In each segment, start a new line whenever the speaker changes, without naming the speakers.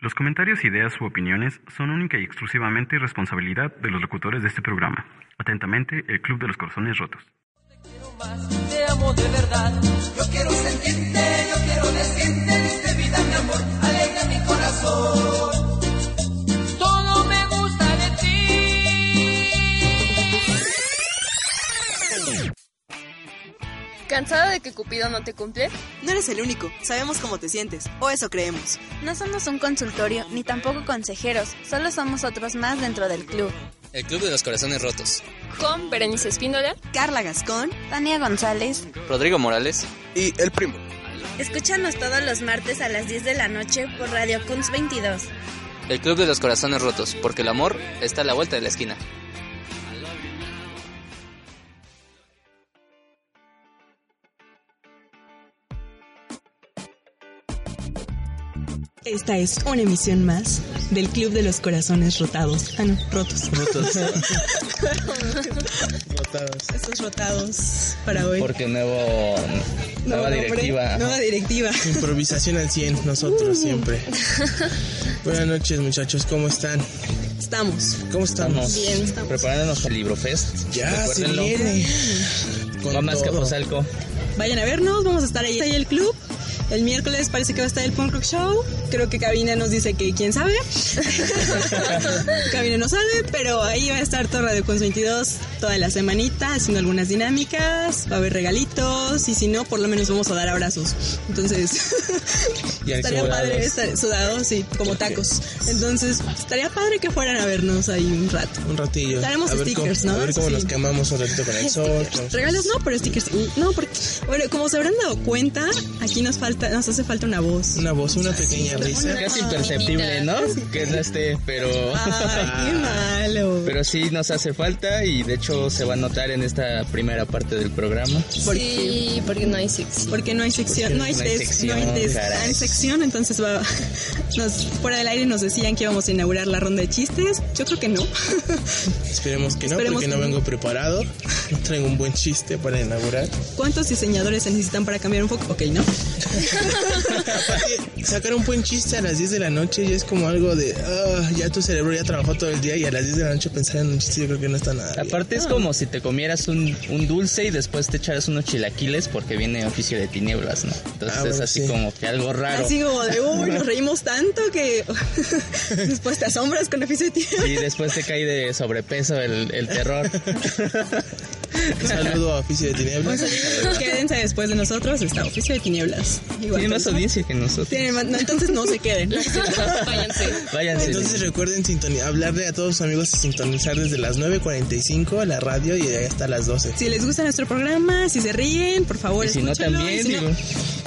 Los comentarios, ideas u opiniones son única y exclusivamente responsabilidad de los locutores de este programa. Atentamente, el Club de los Corazones Rotos.
Te quiero más, te amo de verdad. Yo quiero sentirte, yo quiero decirte, diste vida, mi amor, alegra mi corazón. Todo me gusta de ti.
¿Cansada de que Cupido no te cumple?
No eres el único, sabemos cómo te sientes, o eso creemos.
No somos un consultorio ni tampoco consejeros, solo somos otros más dentro del club.
El Club de los Corazones Rotos.
Con Berenice Espíndola,
Carla Gascón,
Tania González.
Rodrigo Morales.
Y el primo.
Escúchanos todos los martes a las 10 de la noche por Radio Kunz 22.
El Club de los Corazones Rotos, porque el amor está a la vuelta de la esquina.
Esta es una emisión más del Club de los Corazones Rotados. Ah, no, rotos.
Rotos.
Estos rotados para hoy.
Porque nuevo, nueva
nombre,
directiva.
Nueva directiva.
Improvisación al 100, nosotros siempre. Buenas noches, muchachos, ¿cómo están?
Estamos.
¿Cómo estamos?
Bien, estamos.
Preparándonos para el Librofest.
Ya, se
Recuérdenlo.
viene.
Va más
todo.
Capozalco.
Vayan a vernos, vamos a estar ahí. Ahí el club. El miércoles parece que va a estar el Punk Rock Show. Creo que Cabina nos dice que quién sabe. Cabina no sabe, pero ahí va a estar todo Radio Cons 22 toda la semanita haciendo algunas dinámicas. Va a haber regalitos y si no, por lo menos vamos a dar abrazos. Entonces,
Y al
estaría
sobrado.
padre estar sudados, sí, como tacos. Entonces, estaría padre que fueran a vernos ahí un rato.
Un ratillo.
Daremos
a ver
stickers,
cómo,
¿no?
A ver cómo
Sí.
nos quemamos un ratito con el sol.
Stickers. Regalos no, pero stickers. sí. No, porque, bueno, como se habrán dado cuenta, aquí nos falta, nos hace falta una voz.
Una voz, una pequeña risa.
Casi
Ah,
imperceptible, ¿no? Que no esté, pero.
Ay, qué
Ah.
malo.
Pero sí nos hace falta y de hecho se va a notar en esta primera parte del programa.
Porque, porque no hay sección. Porque no hay sección, no hay
no hay
test, no
sección,
hay test.
caray.
No hay sección, entonces va, nos, fuera del aire nos decían que íbamos a inaugurar la ronda de chistes. Yo creo que no.
Esperemos que no,
Esperemos
porque no
que no.
vengo preparado. No traigo un buen chiste para inaugurar.
¿Cuántos diseñadores se necesitan para cambiar un foco? Ok, ¿no?
Aparte, sacar un buen chiste a las 10 de la noche ya es como algo de. ah, ya tu cerebro ya trabajó todo el día y a las 10 de la noche pensar en un chiste yo creo que no está nada. bien.
Aparte es como si te comieras un, un dulce y después te echaras unos chilaquiles porque viene oficio de tinieblas, ¿no? Entonces
Ah, bueno,
es así
sí.
como que algo raro.
Así como de, uy, nos reímos tanto que después te asombras con oficio de tierra.
Y después te cae de sobrepeso el, el terror.
Un saludo a Oficio de Tinieblas.
Quédense después de nosotros, está oficio de tinieblas. Igual
Tiene más
pensaba.
audiencia que nosotros.
Tiene más- no, entonces no se queden.
Váyanse.
Entonces recuerden sintoni- hablarle a todos sus amigos y sintonizar desde las 9.45 a la radio y ahí hasta las 12.
Si les gusta nuestro programa, si se ríen, por favor,
Y si no,
escúchenlo.
también,
Y si no,
digo.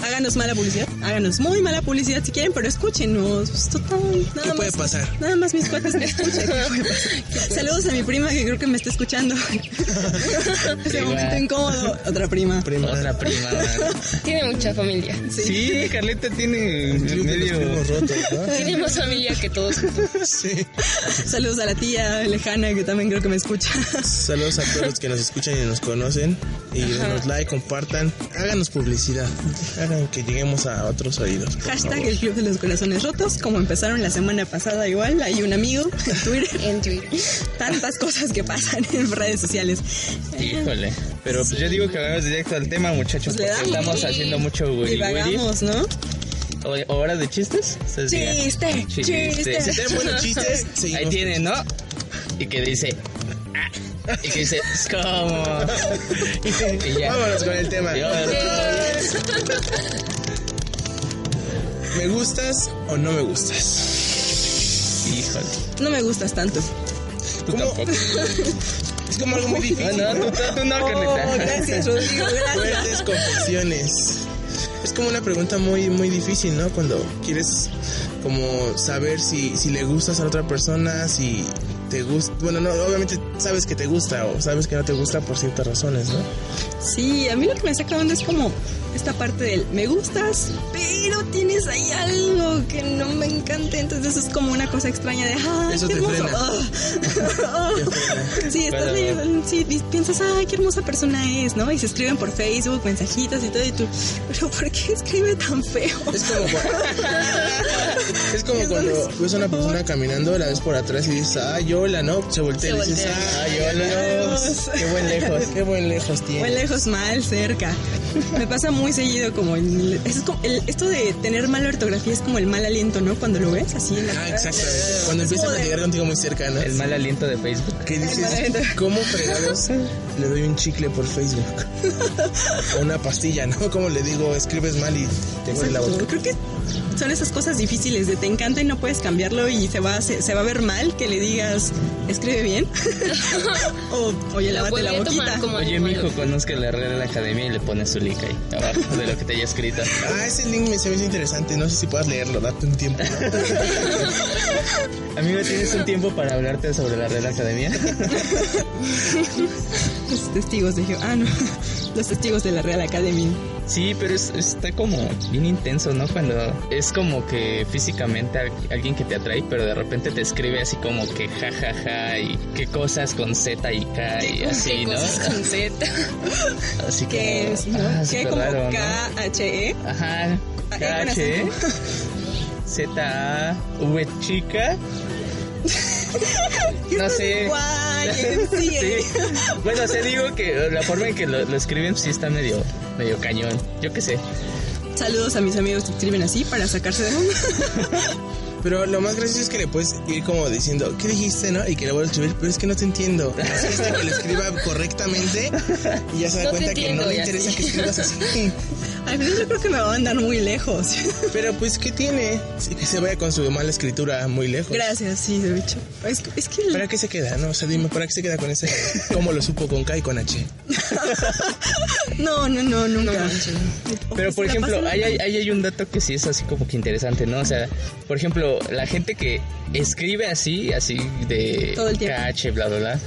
háganos mala publicidad. Háganos muy mala publicidad si quieren, pero escúchenos. Pues, total, nada
¿Qué
más,
puede pasar?
Nada más mis cuates me escuchan. ¿qué puede pasar? Saludos a mi prima que creo que me está escuchando. Ese
Prima.
momento incómodo. Otra prima.
Prima.
Otra prima.
Tiene mucha familia.
Ah, Sí. Carleta tiene
Club de los
medio...
primos rotos, ¿no?
Tiene más familia que todos.
Sí.
Saludos a la tía lejana que también creo que me escucha.
Saludos a todos los que nos escuchan y nos conocen. Y denos like, compartan. Háganos publicidad. Hagan que lleguemos a otros oídos. por
Hashtag
favor.
el Club de los Corazones Rotos, como empezaron la semana pasada igual, hay un amigo en Twitter,
En Twitter.
tantas cosas que pasan en redes sociales.
Híjole. Pero pues yo digo que vamos directo al tema, muchachos,
Pues le
porque
damos.
estamos haciendo mucho
Y
güey
vagamos, ¿no?
¿Horas de chistes? Se diga.
Chiste,
Chiste.
chiste.
Si tienen buenos chistes, seguimos.
Ahí tiene, ¿no? Y que dice... "Ah", Y que dice, ¿cómo? Y ya.
Vámonos con el tema.
Y vámonos.
¿Me gustas o no me gustas?
Híjole.
No me gustas tanto.
Tú
¿Cómo?
tampoco.
Es como algo muy
Ah,
difícil.
no, tú, tú, tú no, Carlita.
gracias, Rodrigo, gracias.
Fuertes confesiones. Es como una pregunta muy, muy difícil, ¿no? Cuando quieres como saber si, si le gustas a la otra persona, si te gusta, bueno, no, obviamente sabes que te gusta o sabes que no te gusta por ciertas razones, ¿no?
Sí, a mí lo que me saca onda es como esta parte del me gustas, pero tienes ahí algo que no me encanta, entonces es como una cosa extraña de, ay,
Eso
qué
te
hermoso.
frena.
Ah, ah. sí, estás
Bueno,
leyendo, sí, di- piensas, ay, qué hermosa persona es, ¿no? Y se escriben por Facebook, mensajitos y todo, y tú, pero ¿por qué escribe tan feo?
Es como Es como cuando ves a una persona caminando, la ves por atrás y dices, ay, hola, ¿no? Se voltea y
Se
dices,
voltea.
ay, hola.
Dios.
Qué buen lejos, qué buen lejos tiene.
Muy lejos, mal, cerca. Me pasa muy seguido como, el- es como el- esto de tener mala ortografía es como el mal aliento, ¿no? Cuando lo ves así en la
Ah, exactamente. Cuando empieza a platicar contigo muy cerca, ¿no?
El mal aliento de Facebook.
¿Qué
mal aliento.
dices? ¿Cómo fregados le doy un chicle por Facebook? O una pastilla, ¿no? Como le digo, escribes mal y te huele la boca.
Exacto. Creo que son esas cosas difíciles de te encanta y no puedes cambiarlo y se va, a- se, se va a ver mal que le digas, escribe bien. o, oye,
Lo
lávate la
volví a tomar
boquita.
como
Oye,
algo
mijo,
malo.
conozca la regla de la academia y le pones su link ahí abajo de lo que te haya escrito.
Ah, ese link me se me hizo interesante. No sé si puedas leerlo, date un tiempo. ¿no?
Amigo, ¿tienes un tiempo para hablarte sobre la regla de la academia?
Los testigos de Jehová. Ah, no. Los testigos de la Real Academia.
Sí, pero es- está como bien intenso, ¿no? Cuando es como que físicamente al- alguien que te atrae, pero de repente te escribe así como que jajaja y qué cosas con Z y K y así, ¿no?
Cosas con Z.
Así
Que
que ah,
es, ¿no? que como E.
raro, ¿no?
K-H-E.
Ajá,
Ah,
K
eh,
H Z A V chica. No sé.
Guay,
Sí.
¿eh? sí.
Bueno, o sea, digo que la forma en que lo, lo escriben sí está medio, medio cañón. Yo qué sé.
Saludos a mis amigos que escriben así para sacarse de onda.
Pero lo más gracioso es que le puedes ir como diciendo, ¿qué dijiste, no? Y que le vuelves a escribir, pero es que no te entiendo. Así es de que lo escriba correctamente y ya se da
No te
cuenta
entiendo,
que no le
y así.
interesa que escribas así.
Al final yo creo que me va a andar muy lejos.
Pero pues, ¿qué tiene? Sí, que se vaya con su mala escritura muy lejos.
Gracias, sí, de hecho. Es, que- es que el-
¿Para qué se queda, no? O sea, dime, ¿para qué se queda con ese? ¿Cómo lo supo con K y con H?
No, no, no, nunca.
Pero por
La
ejemplo,
pasan-
ahí hay, ahí hay un dato que sí es así como que interesante, ¿no? O sea, por ejemplo, la gente que escribe así, así de
Todo el tiempo.
cache, bla, bla, bla.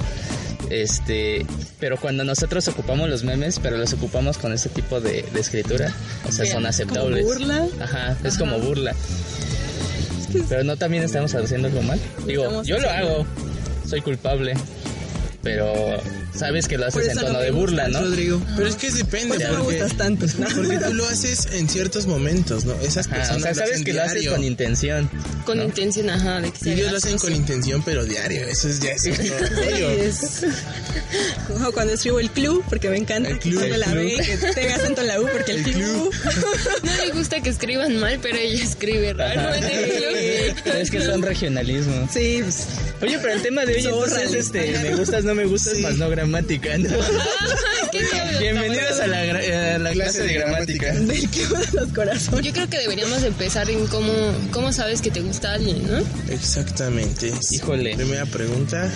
Este, pero cuando nosotros ocupamos los memes, pero los ocupamos con ese tipo de, de escritura, o sea,
Bien,
son
como
aceptables.
burla.
Ajá, es como burla. Pero no también estamos haciendo algo mal. Digo,
Estamos
yo lo
haciendo-
hago, soy culpable, pero sabes que lo haces en
eso no
tono
me
de burla, ¿no?
Rodrigo. Pero es que depende,
Por eso me
porque,
gustas tanto.
porque tú lo haces en ciertos momentos, ¿no? Esas
Ajá,
personas
Ah, o sea, sabes
hacen
que lo haces
diario.
con intención.
Con
¿no?
intención, ajá, de que
Y
sea
ellos lo hacen con intención, pero diario. Eso es ya es otro rollo.
Sí, es- Ojo, cuando escribo el club, porque me encanta
El
que
club,
salga
el
la B, que tenga acento en la U, porque el,
El
club.
No le gusta que escriban mal, pero ella escribe raro. en el club.
Es que son regionalismos.
Sí, pues,
Oye, pero el tema de hoy entonces,
Zórrale.
este, me gustas, no me gustas, más no gramática, ¿no?
¿Qué diablos?
Bienvenidos a la, gra- a la clase de gramática.
del club de los corazones.
Yo creo que deberíamos empezar en cómo, cómo sabes que te gusta alguien, ¿no?
Exactamente.
Híjole.
Primera pregunta.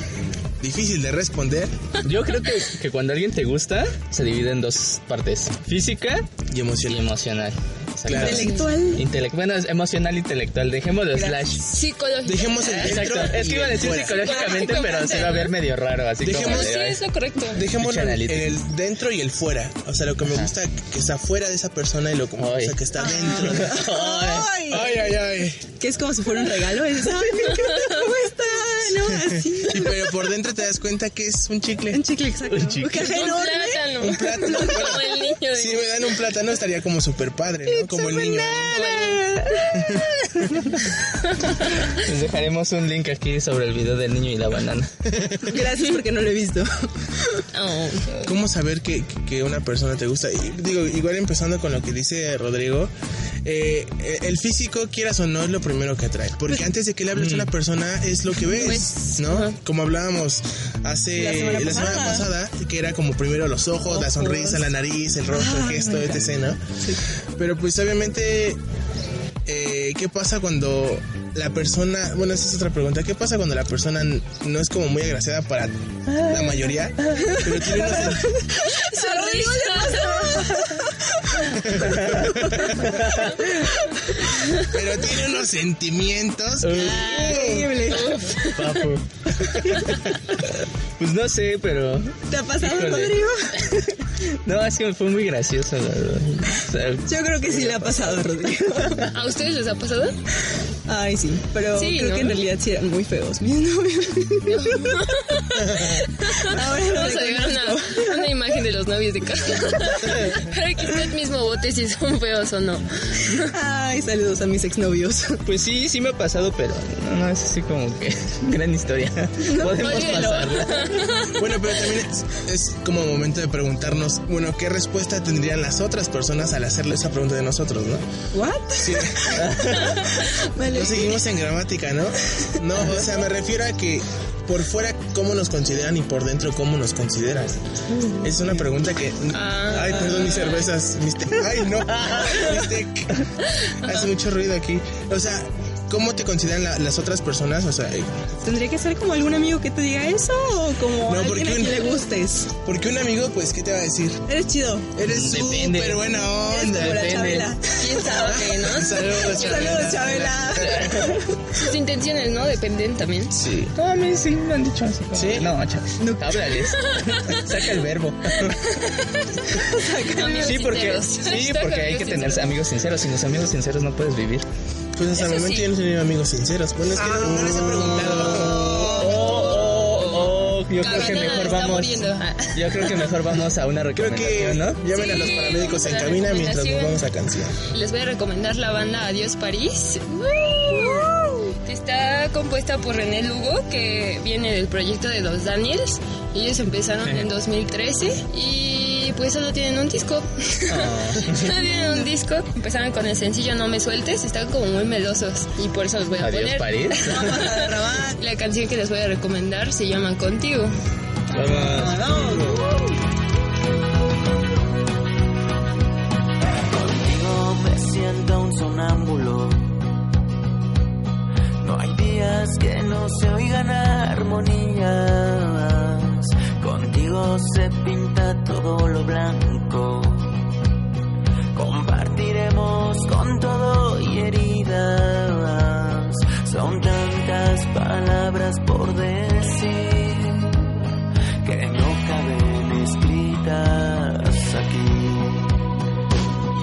Difícil de responder
Yo creo que, que cuando alguien te gusta, se divide en dos partes, física
y
y
emocional.
emocional. O sea,
Claro.
Intelectual.
Intele- bueno, es emocional, intelectual, dejémoslo slash.
Psicología.
Dejemos el
Pues
Exacto,
dentro
es
y
que iba a
el
decir
fuera.
psicológicamente, pero se va a ver medio raro, así como...
Dejemos-
Sí,
de, ay,
es lo correcto.
Dejémoslo en
Analítico.
el dentro y el fuera. O sea, lo que me gusta que está fuera de esa persona y lo que me
Ay.
gusta que está dentro.
Ay,
Ay, ay, ay.
que es como si fuera un regalo. Es, ay, me encanta cómo está. No, así.
Y pero por dentro te das cuenta que es un chicle.
Un chicle, exacto.
Un chicle.
Que es
Un
enorme.
plátano.
Un plátano.
Como el niño de...
Si me dan un plátano estaría como súper padre, ¿no? Como el niño.
Les dejaremos un link aquí sobre el video del niño y la banana.
Gracias porque no lo he visto.
Oh.
¿Cómo saber que, que una persona te gusta? Y digo, igual empezando con lo que dice Rodrigo, eh, el físico, quieras o no, es lo primero que atrae. Porque antes de que le hables a una persona es lo que ves,
Pues,
¿no?
ajá.
Como hablábamos hace
La
la
semana
semana, pasada, que era como primero los ojos, la sonrisa, la nariz, el rostro, el gesto, etc., ¿no? Pero pues obviamente eh, ¿qué pasa cuando la persona, bueno, esa es otra pregunta, ¿qué pasa cuando la persona n- no es como muy agraciada para la mayoría, pero tiene unos, sen-
Sonrisa.
Pero tiene unos sentimientos.
Increíble.
Papu. Ah, Pues no sé, pero.
¿Te ha pasado,
Híjole.
Rodrigo?
No, es que fue muy gracioso, la verdad. O sea,
Yo creo que sí le ha pasado, Rodrigo.
¿A ustedes les ha pasado?
Ay, sí. Pero
Sí,
creo
¿no?
que en realidad sí eran muy feos. mis novios. Ahora lo
Vamos a ver
reconozco.
una, una imagen de los novios de casa. Para que usted mismo vote si son feos o no.
Ay, saludos a mis exnovios.
Pues sí, sí me ha pasado, pero no, no es así como que gran historia. Podemos
Olvídelo.
pasarla.
Bueno, pero también es, es como momento de preguntarnos, bueno, ¿qué respuesta tendrían las otras personas al hacerle esa pregunta de nosotros, no?
¿What?
Sí,
Vale.
no seguimos en gramática, ¿no? No, o sea, me refiero a que por fuera cómo nos consideran y por dentro cómo nos consideran. Es una pregunta que... Ay, perdón, mis cervezas. mis te- Ay, no. mis tec. Hace mucho ruido aquí. O sea, ¿cómo te consideran la- las otras personas? O sea, eh,
¿Tendría que ser como algún amigo que te diga eso o como
No,
alguien
porque
a quien
un-
le gustes?
porque un amigo, pues, ¿qué te va a decir?
Eres chido.
Eres
Depende.
súper buena
Eres
onda.
como la
depende.
Chabela.
¿Quién sabe, no?
Saludos,
Saludos, Chabela.
Sus intenciones, ¿no? Dependen también.
Sí.
No, a mí sí me han dicho así. como,
¿Sí?
No, chavales. Háblales. Saca el verbo.
Amigos
Sí, porque,
sinceros.
sí,
Hashtag
porque hay que tener
amigos
amigos sinceros. Sin los amigos sinceros no puedes vivir.
Pues hasta el
Eso
momento
sí.
yo no he tenido amigos sinceros. Bueno, es que Ah, no, no les he preguntado.
Oh, oh, oh, yo creo
Cabana
que mejor
está
vamos.
muriendo.
Yo creo que mejor vamos a una
Creo que
recomendación, ¿no?
llamen a los
Sí,
paramédicos en
una
cabina mientras nos
recomendación.
vamos a canción.
Les voy a recomendar la banda Adiós París. Que Está compuesta por René Lugo, que viene del proyecto de los Daniels. Ellos empezaron en 2013 y pues solo tienen un disco.
Ah,
solo tienen un disco. Empezaron con el sencillo No me sueltes. Están como muy melosos y por eso los voy a
Adiós,
poner.
París.
La canción que les voy a recomendar se llama Contigo.
Vamos.
Contigo me siento un sonámbulo. No hay días que no se oigan armonías. Contigo se pinta todo lo blanco. Compartiremos con todo y heridas. Son tantas palabras por decir que no caben escritas aquí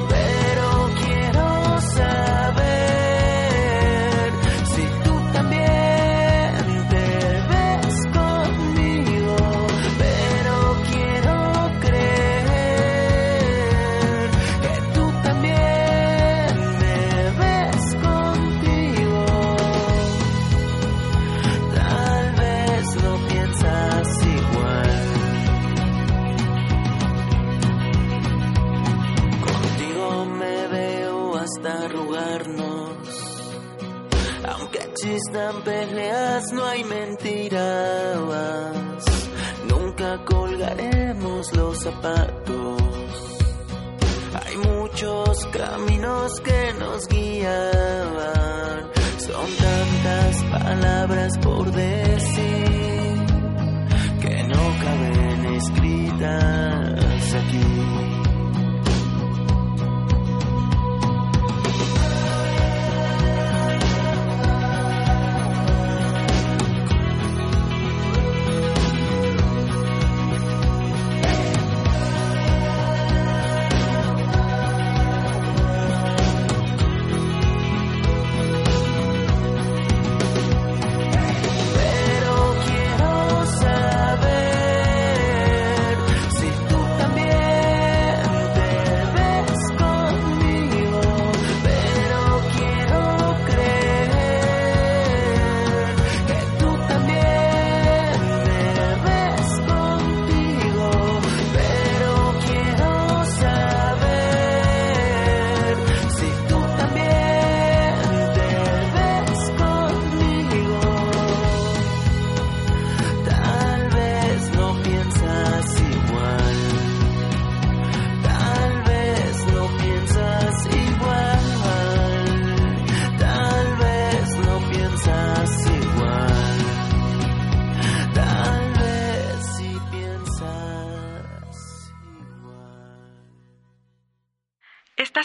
pero quiero saber si tú también te ves conmigo, pero quiero creer que tú también me ves contigo. Tal vez lo piensas igual. Contigo me veo hasta arrugarnos. Aunque existan peleas, no hay mentiras. Nunca colgaremos los zapatos. Hay muchos caminos que nos guían. Son tantas palabras por decir que no caben escritas aquí. pero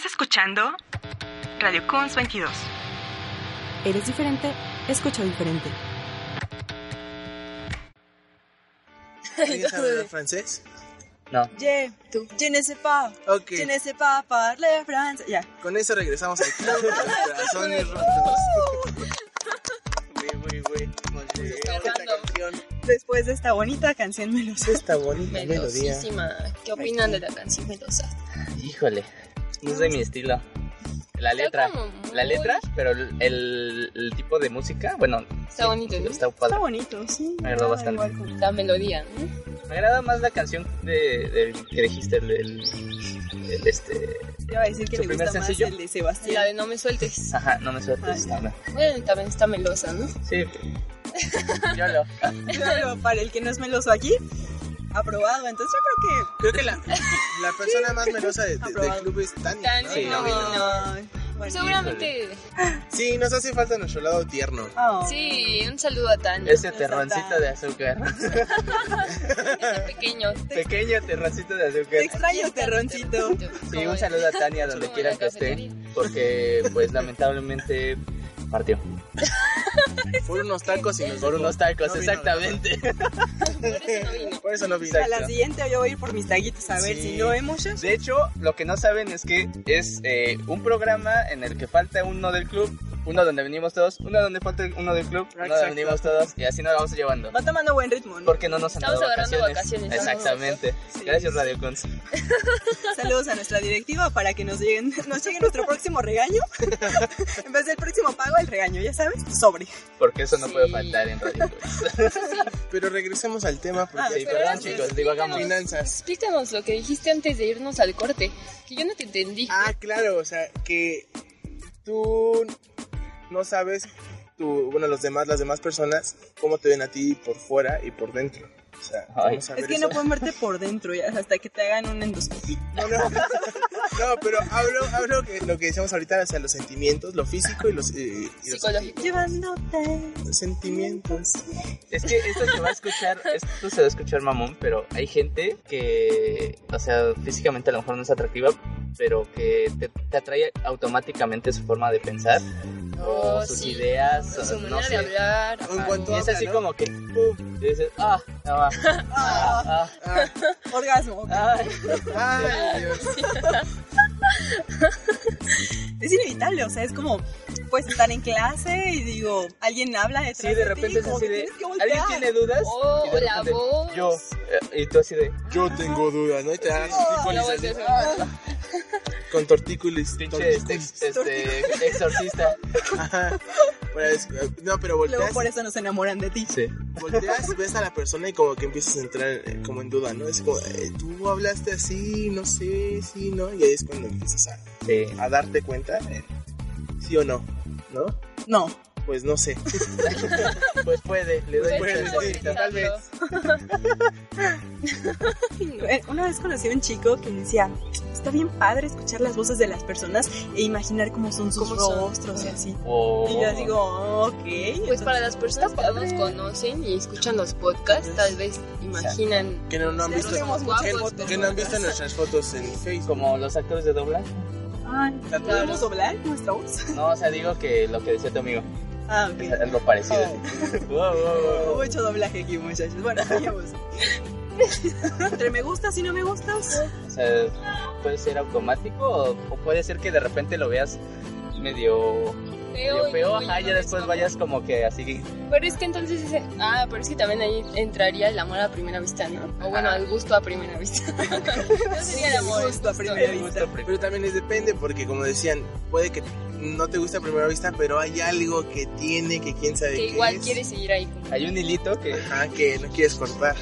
escuchando Radio Cons 22.
Eres diferente, escucha diferente.
¿Alguien sabe hablar francés?
No.
Je, tú, je ne sais pas.
Ok.
Je ne sais pas parler français. Ya.
Con eso regresamos al club de los corazones rotos. Muy, muy, muy. Muy
Después de esta bonita canción melosa.
Esta bonita melodía.
Melosísima. ¿Qué opinan de la canción melosa?
Híjole, no es de mi estilo. La letra,
como
la
muy-
letra, pero el, el- el tipo de música, bueno,
Está bonito, ¿no?
está padre.
bonito, sí.
Me agradó bastante.
La melodía, ¿no?
Me agrada más la canción de, del que dijiste, el, el, el, este,
Yo iba a decir que
¿Su
le
primer
gusta más
sencillo?
el de Sebastián. La de
No me sueltes.
ajá, no me sueltes. no, no.
Bueno, también está melosa, ¿no?
Sí, yo lo.
Claro, para el que no es meloso aquí, aprobado. Entonces yo creo que.
Creo que la, la persona más melosa de- de- del club es Tania. ¿no?
Dani, no, no. Seguramente.
Sí, nos hace falta nuestro lado tierno.
Sí, un saludo a Tania.
Ese terroncito de azúcar.
Pequeño.
Pequeño terroncito de azúcar.
Extraño este terroncito.
Sí, un saludo a Tania donde quiera que esté, porque pues lamentablemente partió.
Por unos tacos y nos
Por unos tacos,
No vino,
exactamente.
Por eso no vino.
A la siguiente yo voy a ir por mis taguitos a ver
Sí.
si no hemos.
De hecho, lo que no saben es que es eh, un programa en el que falta uno del club, uno donde venimos todos, uno donde falta uno del club, uno donde
Exacto.
venimos todos, y así nos vamos llevando.
Va tomando buen ritmo, ¿no?
Porque no nos han
Estamos
dado
agarrando
vacaciones.
vacaciones, estamos
Exactamente. Gracias, Radio Cons.
Saludos a nuestra directiva para que nos lleguen, nos llegue nuestro próximo regaño. en vez del próximo pago, el regaño, ya sabes, sobre.
Porque eso no puede faltar en Radio Cons.
Pero regresemos al tema porque
Ah,
hay
pero ahora sí,
chicos, digo, hagamos.
finanzas.
Explícanos lo que dijiste antes de irnos al corte, que yo no te entendí.
Ah, claro, o sea, que tú no sabes tú, bueno, los demás, las demás personas cómo te ven a ti por fuera y por dentro. O sea,
Ay.
vamos a
Es
ver
que
eso.
no pueden verte por dentro ya, hasta que te hagan un endoscopio.
No, no. No, pero hablo, hablo que lo que decíamos ahorita, o sea, los sentimientos, lo físico y los, eh, y los
Llevándote.
sentimientos.
Es que esto se va a escuchar, esto se va a escuchar mamón, pero hay gente que, o sea, físicamente a lo mejor no es atractiva, pero que te, te atrae automáticamente su forma de pensar, o sus ideas, o
su manera
no
de
sé.
hablar.
Y
cuanto
es
habla,
así
¿no?
como que, pum, y dices, ah, ah". no va.
Ah, Orgasmo.
Ay, Dios.
Es inevitable, o sea, es como, puedes estar en clase y digo, alguien habla detrás
Sí,
ti,
de repente es
como
así
que
de,
tienes que
¿alguien
voltear.
tiene dudas? Y de repente, Yo, eh, y tú así de,
Yo tengo dudas, ¿no? Y te dan
la voz
tortícolis
de-
pues,
así. Con tortícolis.
pinche este, este, exorcista.
Ajá. Pero es- No, pero volteas,
Luego por eso no se enamoran de ti.
Sí.
volteas, ves a la persona y como que empiezas a entrar eh, como en duda, ¿no? Es como, eh, tú hablaste así, no sé, sí, ¿no? Y ahí es cuando empiezas a,
Sí.
a darte cuenta, eh, sí o no, ¿no?
No.
Pues no sé.
Pues puede, le doy
Pues
chance.
puede, tal vez.
Eh, Una vez conocí a un chico que me decía, está bien padre escuchar las voces de las personas e imaginar cómo son sus rostros y así.
Oh.
Y yo digo, "Oh, ok.
Pues para las personas que no nos conocen y escuchan los podcasts, tal vez imaginan.
Que no, no han
Nosotros
visto,
somos guapos,
que, que no han visto nuestras fotos en Facebook.
Como los actores de doblaje.
Ay,
Claro.
¿Podemos doblar nuestra voz?
No, o sea, digo que lo que decía tu amigo
Ah,
es
ok.
algo parecido. Wow, wow, wow.
Hubo hecho doblaje aquí, muchachos. Bueno, seguimos. Entre me gustas y no me gustas.
O sea, puede ser automático o, o puede ser que de repente lo veas medio, medio feo. Ajá, ya después vayas como que así.
Pero es que entonces ese- Ah, pero es que también ahí entraría el amor a primera vista, ¿no? O bueno, el gusto a primera vista. no sería el amor. el
Gusto a primera
Me
vista.
gusta primero.
Pero también es depende, porque como decían, puede que no te guste a primera vista, pero hay algo que tiene que quién sabe
Que
qué
igual
es.
quieres seguir ahí.
Hay un hilito que.
Ajá, que no quieres cortar.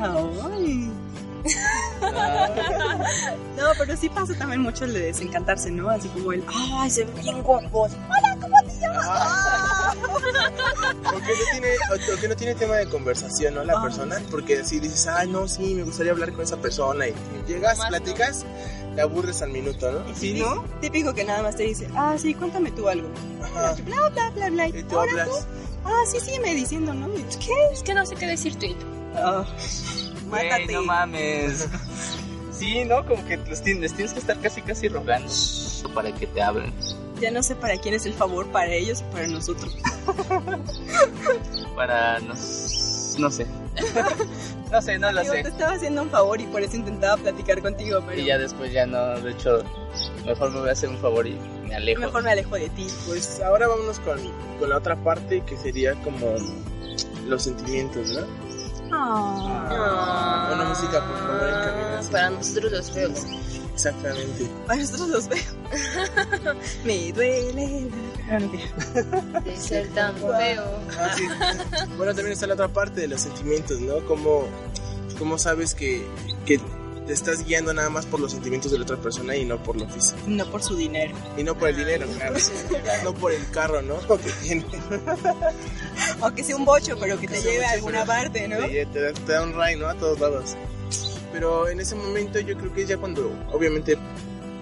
Ay. No, pero sí pasa también mucho el de desencantarse, ¿no? Así como el, "Ah, ay, se ve bien guapo. Hola, ¿cómo te llamas?
O que, no tiene, o- o que no tiene tema de conversación, ¿no? La
Ah.
persona, porque si dices, ah, no, sí, me gustaría hablar con esa persona, y llegas,
Más no.
platicas, te aburres al minuto, Ah, ¿no?
Sí, Típico que nada más te dice, ah, sí, cuéntame tú algo.
Ajá.
Bla, bla, bla, bla.
Y
Y
tú
ahora
hablas.
tú, ah, sí, sí, me diciendo, ¿no? Y, ¿Qué?
Es que no sé qué decirte.
Ah,
Güey,
mátate.
no mames. Sí, ¿no? Como que los tienes, les tienes que estar casi casi rogando para que te abran.
Ya no sé para quién es el favor, para ellos o para nosotros.
Para nos... no sé. No sé, no lo
Digo,
sé.
Te estaba haciendo un favor y por eso intentaba platicar contigo, pero
Y ya después ya no, de hecho, mejor me voy a hacer un favor y me alejo.
mejor me alejo de ti.
Pues ahora vámonos con, con la otra parte que sería como los sentimientos, ¿no? Una música, por favor, encaminada.
Ah, Para nosotros los feos.
Exactamente.
Para nosotros los veo. me duele la garganta.
De ser tan feo.
Ah, sí. Bueno, también está la otra parte de los sentimientos, ¿no? Como, como sabes que, que te estás guiando nada más por los sentimientos de la otra persona y no por lo físico.
No por su dinero.
Y no
Ah,
por el dinero, claro. No por el carro, ¿no? Que tiene.
Aunque sea un bocho, pero que te lleve a alguna parte, ¿no?
Sí, te, da- te da un ray, ¿no? A todos lados. Pero en ese momento yo creo que es ya cuando, obviamente,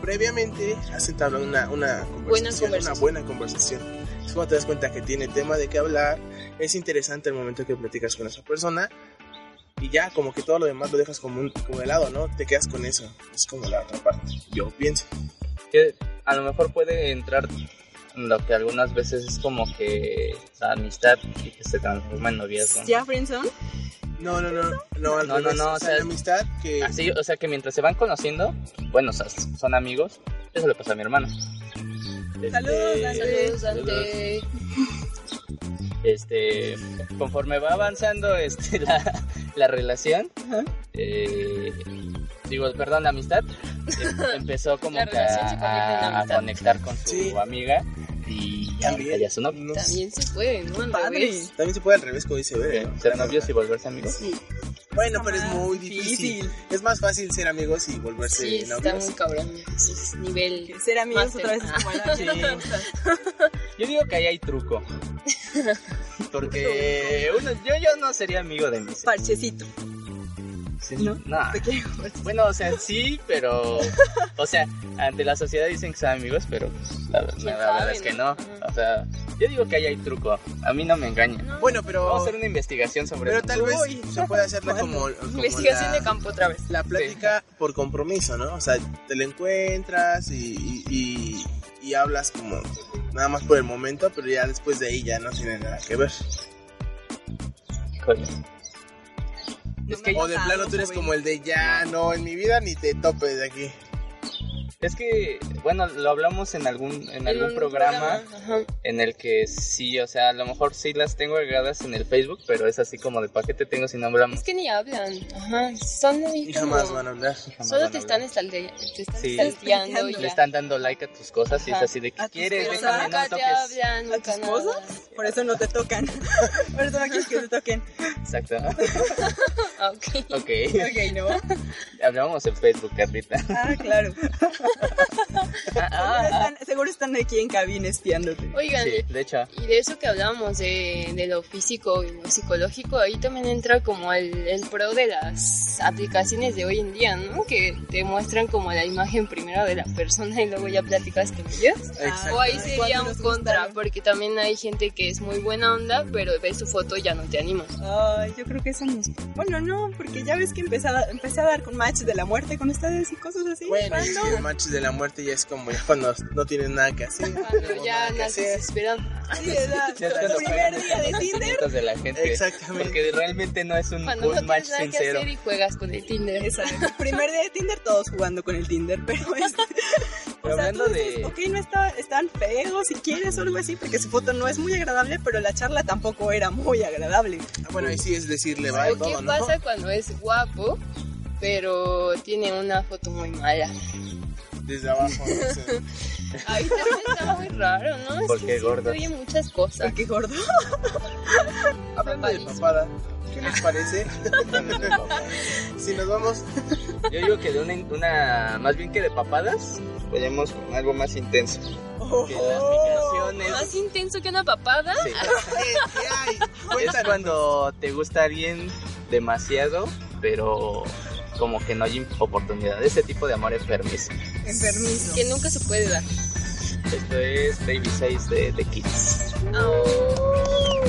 previamente has entablado una, una conversación, una
conversación.
buena conversación. Es cuando te das cuenta que tiene tema de qué hablar, es interesante el momento que platicas con esa persona y ya como que todo lo demás lo dejas como, un, como de lado, ¿no? Te quedas con eso. Es como la otra parte, yo pienso.
que a lo mejor puede entrar lo que algunas veces es como que la amistad y que se transforma en noviazgo.
¿Ya, Friendson?
No, no, no, no, al
No, no,
revés.
no,
O sea, la amistad que...
Así, o sea que mientras se van conociendo, bueno, o sea, son amigos, eso le pasó a mi hermana.
Saludos,
Saludos, Dante.
Dante. Este, conforme va avanzando este, la, la relación, eh, digo, perdón, la amistad, eh, empezó como
La
que
relación se conecta en la
a, a
amistad.
conectar con su
Sí.
amiga y ya,
También.
ya su novia.
no sé.
También se puede, ¿no? Al revés.
También se puede al revés, como dice Bere, ¿no?
Ser novios y volverse amigos.
Bueno, pero es muy difícil. Es más fácil ser amigos y volverse
Sí, está
novios.
muy cabrón. Ese es nivel.
Ser amigos
Máster.
otra vez es como la
Yo digo que ahí hay truco. Porque uno- yo, yo no sería amigo de mis.
Parchecito.
Sí, no. Bueno, o sea, sí, pero. O sea, ante la sociedad dicen que son amigos, pero pues, la, la verdad es que no. O sea, yo digo que ahí hay truco. A mí no me engañan.
Bueno, pero.
Vamos a hacer una investigación sobre
Pero
eso.
tal vez
Uy.
se puede hacerla como, como
Investigación
la,
de campo otra vez.
la plática por compromiso, ¿no? O sea, te la encuentras y, y, y- y hablas como nada más por el momento, pero ya después de ahí ya no tiene nada que ver.
Híjole. Es que,
o de plano tú eres como el de ya no en mi vida ni te topes de aquí.
es que, bueno, lo hablamos en algún, en algún programa. en el que sí, o sea, a lo mejor sí las tengo agregadas en el Facebook, pero es así como de paquete tengo si no hablamos.
Es que ni hablan. Ajá. Son ahí
Y
como-
jamás van a hablar.
jamás
Solo
van
te
a
están estalde- te están
Sí.
stalkeando
hablar. Le
ya.
están dando like a tus cosas y es
Ajá.
así de que
¿A tus
quieres,
cosas?
déjame, no me
Nunca te
toques.
hablan,
¿A tus
nunca nada.
cosas? Por eso no te tocan. Por eso no quieres que te toquen.
Exacto.
Ah, ok.
Ok,
Ok, ¿no?
hablamos en Facebook, Carlita.
Ah, claro. Seguro están, seguro están aquí en cabina espiándote.
Oigan,
Sí, de hecho,
y de eso que hablábamos de, de lo físico y lo psicológico, ahí también entra como el, el pro de las aplicaciones de hoy en día, ¿no? Que te muestran como la imagen primero de la persona y luego ya platicas con ellos.
Exacto.
O ahí
Ay,
sería
cuando
un
nos
contra,
gustaron.
porque también hay gente que es muy buena onda, pero ves su foto y ya no te animas.
Ay, yo creo que eso nos... Bueno, no, porque ya ves que empecé a, empecé a dar con match de la muerte con ustedes y cosas así.
Bueno, es que
random.
el match de la muerte ya es como ya cuando no tienes nada que hacer.
Cuando
no
ya
nada que
naces
hacer.
desesperado.
Sí, ¿verdad?
Ya es cuando
El primer día
juegan
de
con los
Tinder.
sentimientos de la gente.
Exactamente.
Porque realmente no es un,
Cuando
un
no
match
tienes nada que
sincero.
hacer y juegas con el Tinder.
Exacto. El primer día de Tinder todos jugando con el Tinder, pero este,
Pero
o sea,
hablando
tú dices,
de-
ok, no está, están feos si quieres o algo así, porque su foto no es muy agradable, pero la charla tampoco era muy agradable.
Ah, Bueno, ahí sí es decirle va
¿O qué
y todo, ¿no?
pasa cuando es guapo, pero tiene una foto muy mala?
Desde abajo. o sea.
Ahí también está muy raro, ¿no? Es
¿Por
que
qué
sí
gordo?
Incluye muchas cosas.
Porque gordo.
Hablando de papada, ¿qué les parece? si nos vamos,
Yo digo que de una, una- más bien que de papadas, vayamos con algo más intenso.
Oh.
Que las migraciones.
Más intenso que una papada.
Sí.
¿qué, qué hay?
Es
Cuéntanos.
cuando te gusta alguien demasiado, pero como que no hay oportunidad. Ese tipo de amor enfermizo.
Enfermizo.
Que nunca se puede dar.
Esto es Baby 6 de The Kids.
Ay,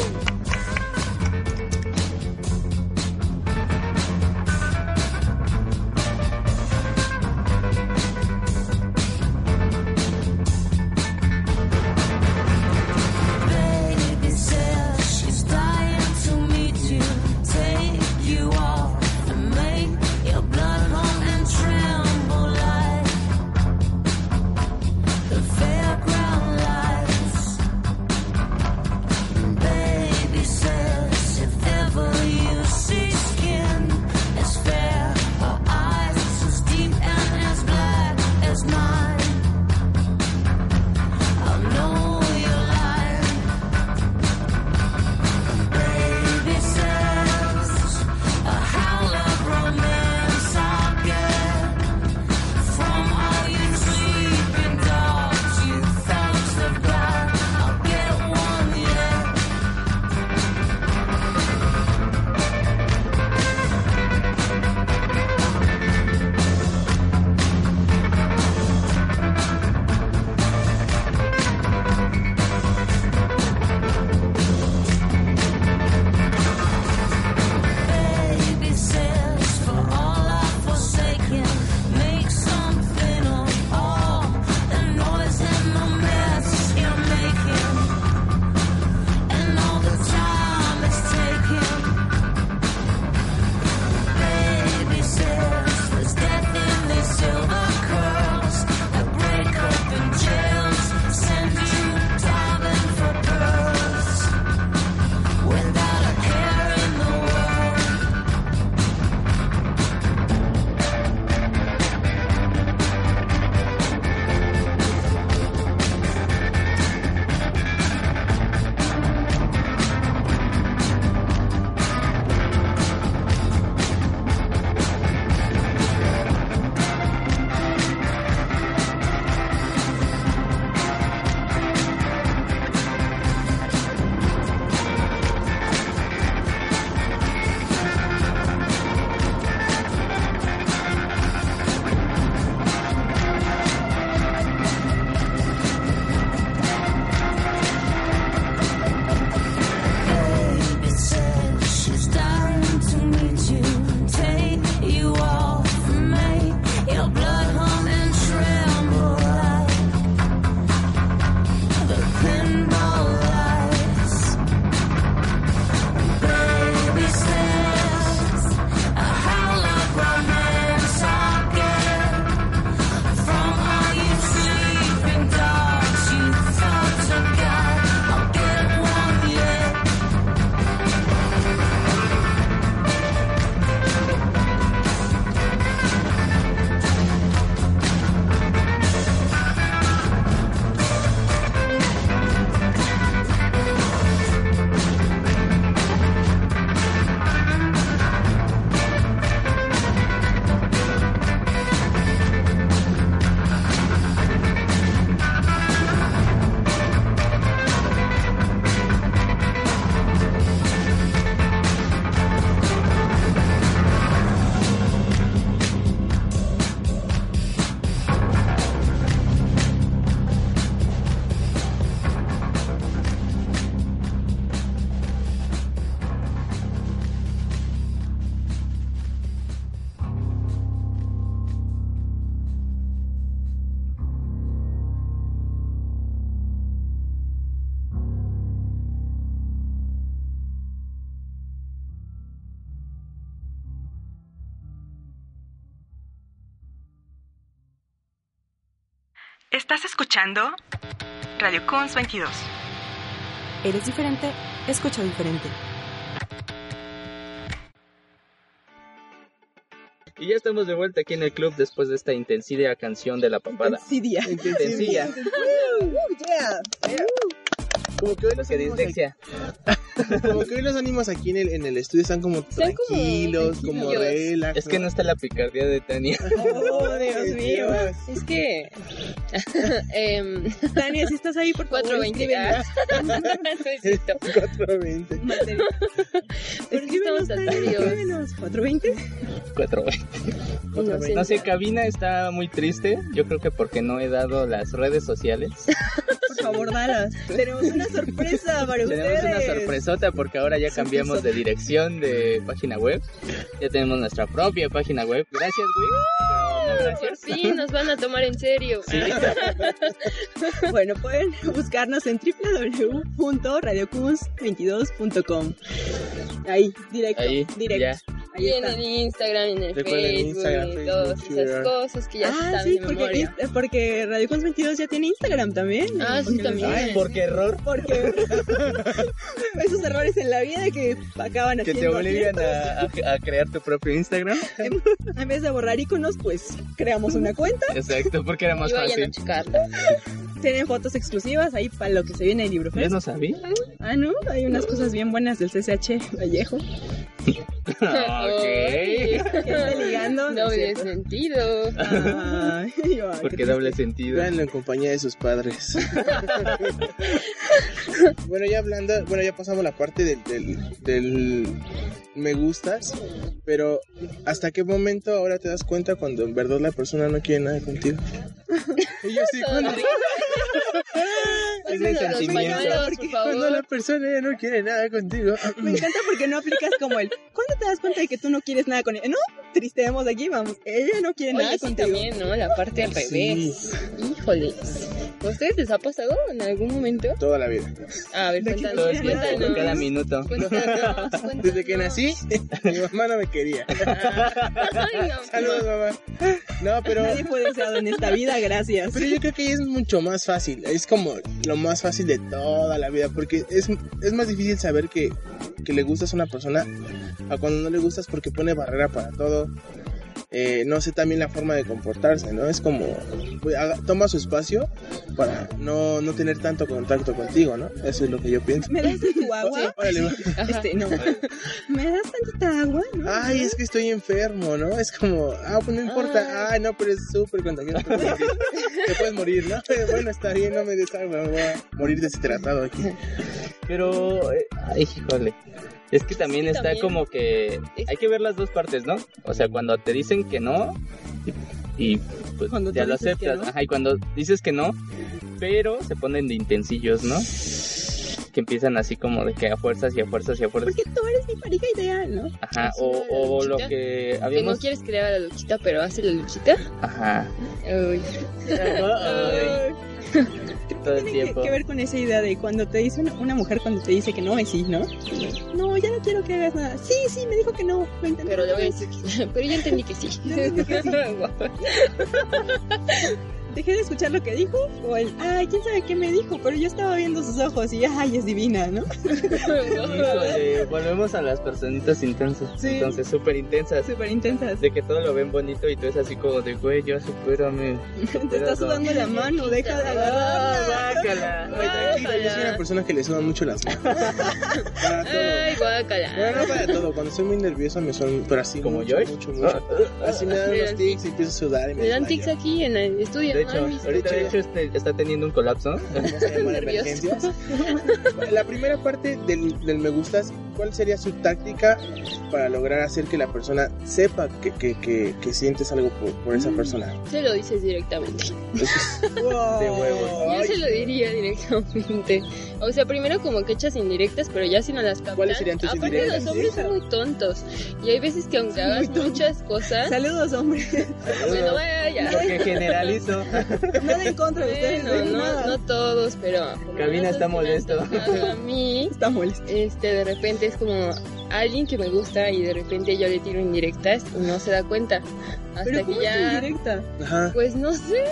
Estás escuchando Radio Cons 22.
Eres diferente, escucha diferente.
Y ya estamos de vuelta aquí en el club después de esta intensidia canción de la papada.
Sidia.
Intensidia. Oh,
Como que hoy los
Que dislexia.
Como que hoy los ánimos aquí en el, en el estudio están como
Están como
tranquilos, como,
tranquilos.
relax.
Es que no está la picardía de Tania.
Oh, Dios mío.
Es que. em, ah.
Tania, si estás ahí, por favor,
420.
escríbenos.
ah.
Escríbenos,
estamos tan
Tania,
serios.
escríbenos. 420.
420.
veinte.
No sé, cabina está muy triste. Yo creo que porque no he dado las redes sociales.
Por favor, dalas. Tenemos una sorpresa para ustedes.
Tenemos una sorpresota porque ahora ya cambiamos de dirección de página web. Ya tenemos nuestra propia página web. Gracias,
¡Ah!
güey.
Por fin nos van a tomar en serio.
Bueno, pueden buscarnos en www.radiocuns22.com. Ahí, directo,
Ahí,
directo.
ya.
Ahí
Bien
está.
en Instagram, en el
Recuerden
Facebook, y
Instagram, Facebook,
todas
Twitter.
esas cosas que ya se
Ah,
saben
sí,
de
porque,
memoria.
Inst- porque Radio Cons 22 ya tiene Instagram también.
Ah, sí,
Porque-
también.
Ay, por-
Porque error.
Porque esos errores en la vida que acaban
Que te
haciendo aquí.
obligan a, a- a crear tu propio Instagram.
En vez de borrar iconos, pues creamos una cuenta.
Exacto, porque era más
Y vayan a
fácil.
checarla.
Tienen fotos exclusivas ahí para lo que se viene el libro.
¿Ya no sabía?
Ah, no, hay unas cosas bien buenas del CCH Vallejo.
Ah, ok.
Que está ligando.
Ah, No
es
de
cierto.
sentido.
Ay, yo, ay,
Porque
qué
doble sentido.
Véanlo en compañía de sus padres. bueno, ya hablando, bueno, ya pasamos la parte del, del, del me gustas, pero ¿hasta qué momento ahora te das cuenta cuando en verdad la persona no quiere nada contigo? Y yo sí, cuando,
Pásenlo los
sentimiento.
pañuelos, por
cuando la
favor.
persona ya no quiere nada contigo.
Me encanta porque no aplicas como el ¿Cuándo te das cuenta de que tú no quieres nada con él? No, tristeemos de aquí, vamos. Ella no quiere nada
Oye, sí,
contigo.
también, ¿no? La parte al revés.
Sí,
Híjoles. ¿A ustedes les ha pasado en algún momento?
toda la vida.
A ver,
De que
cuéntanos,
Todo el tiempo,
cuéntanos.
cada minuto.
Cuéntanos, cuéntanos.
Desde que nací, mi mamá no me quería.
Ay, no.
Saludos, mamá. No, pero...
Nadie fue deseado en esta vida, gracias.
Pero yo creo que es mucho más fácil, es como lo más fácil de toda la vida, porque es, es más difícil saber que, que le gustas a una persona a cuando no le gustas porque pone barrera para todo. Eh, no sé también la forma de comportarse, ¿no? Es como, pues, haga- toma su espacio para no, no tener tanto contacto contigo, ¿no? Eso es lo que yo pienso.
¿Me das de tu
Sí,
agua?
órale, va.
Este, no. ¿Me das tantita agua? No.
Ay, es que estoy enfermo, ¿no? Es como, ah, pues no importa. Ay, no, pero es súper contagioso. Te puedes morir. Te puedes morir, ¿no? Pero Bueno, está bien, no me des agua, me voy a morir deshidratado aquí.
Pero, eh, ay, híjole. Es que también
Sí,
está
también.
como que hay que ver las dos partes, ¿no? O sea, cuando te dicen que no y, y, pues
Cuando
ya
tú
lo
dices que
aceptas,
no.
ajá, y cuando dices que no, pero se ponen de intensillos, ¿no? Que empiezan así como de que a fuerzas y a fuerzas y a fuerzas,
Porque tú eres mi pareja ideal, ¿no?
ajá,
es
o,
una
o lo
luchita
que
Que no
habíamos,
quieres crear a la luchita, pero hace la luchita.
ajá,
Uy.
Ay, todo el
Tiene que,
tiempo.
que ver con esa idea de cuando te dice una, una mujer, cuando te dice que no, es sí, ¿no? No, ya no quiero que hagas nada. Sí, sí, me dijo que no. lo intenté
Pero le voy a
otra vez.
decir que- Pero yo entendí que sí.
Yo entendí que sí.
Guau.
dejé de escuchar lo que dijo o el, ay, quién sabe qué me dijo, pero yo estaba viendo sus ojos y, ay, es divina, ¿no?
Híjole, eh, volvemos a las personitas intensas,
Sí.
entonces súper intensas.
Súper intensas.
De que todo lo ven bonito y tú es así como de, güey, ya supérame.
Te está sudando la mano, deja de agarrar.
Ay, tranquila, yo soy una persona que le sudan mucho las manos. Para todo.
Ay, guácala.
Bueno, no para todo. Cuando estoy muy nervioso me sudan, pero así.
¿Como
mucho,
Joy?
Mucho, mucho. Así me dan
Me
unos
dan
tics y empiezo a sudar y me
Me dan
desmayo.
tics aquí en el estudio.
De hecho, ahorita de hecho este, está teniendo un colapso.
¿Cómo se llama?
Nervioso.
¿Emergencias? La primera parte del, del me gustas, ¿cuál sería su táctica para lograr hacer que la persona sepa que, que, que, que sientes algo por, por esa persona?
se lo dices directamente.
De huevos.
Yo
Ay,
se lo diría directamente. O sea, primero como que echas indirectas, pero ya si no las captan.
¿Cuáles serían tus
Aparte
indirectas?
los hombres son muy tontos. Y hay veces que aunque hagas muchas cosas,
Saludos, hombre.
bueno, vaya.
Porque generalizo.
Nada en contra de ustedes.
Bueno,
no,
no, no todos, pero...
Cabina está molesto.
A mí,
Está molesto.
este, de repente es como alguien que me gusta y de repente yo le tiro indirectas y no se da cuenta. Hasta
Pero
que
¿cómo
ya.
es indirecta?
Ajá.
Pues no sé.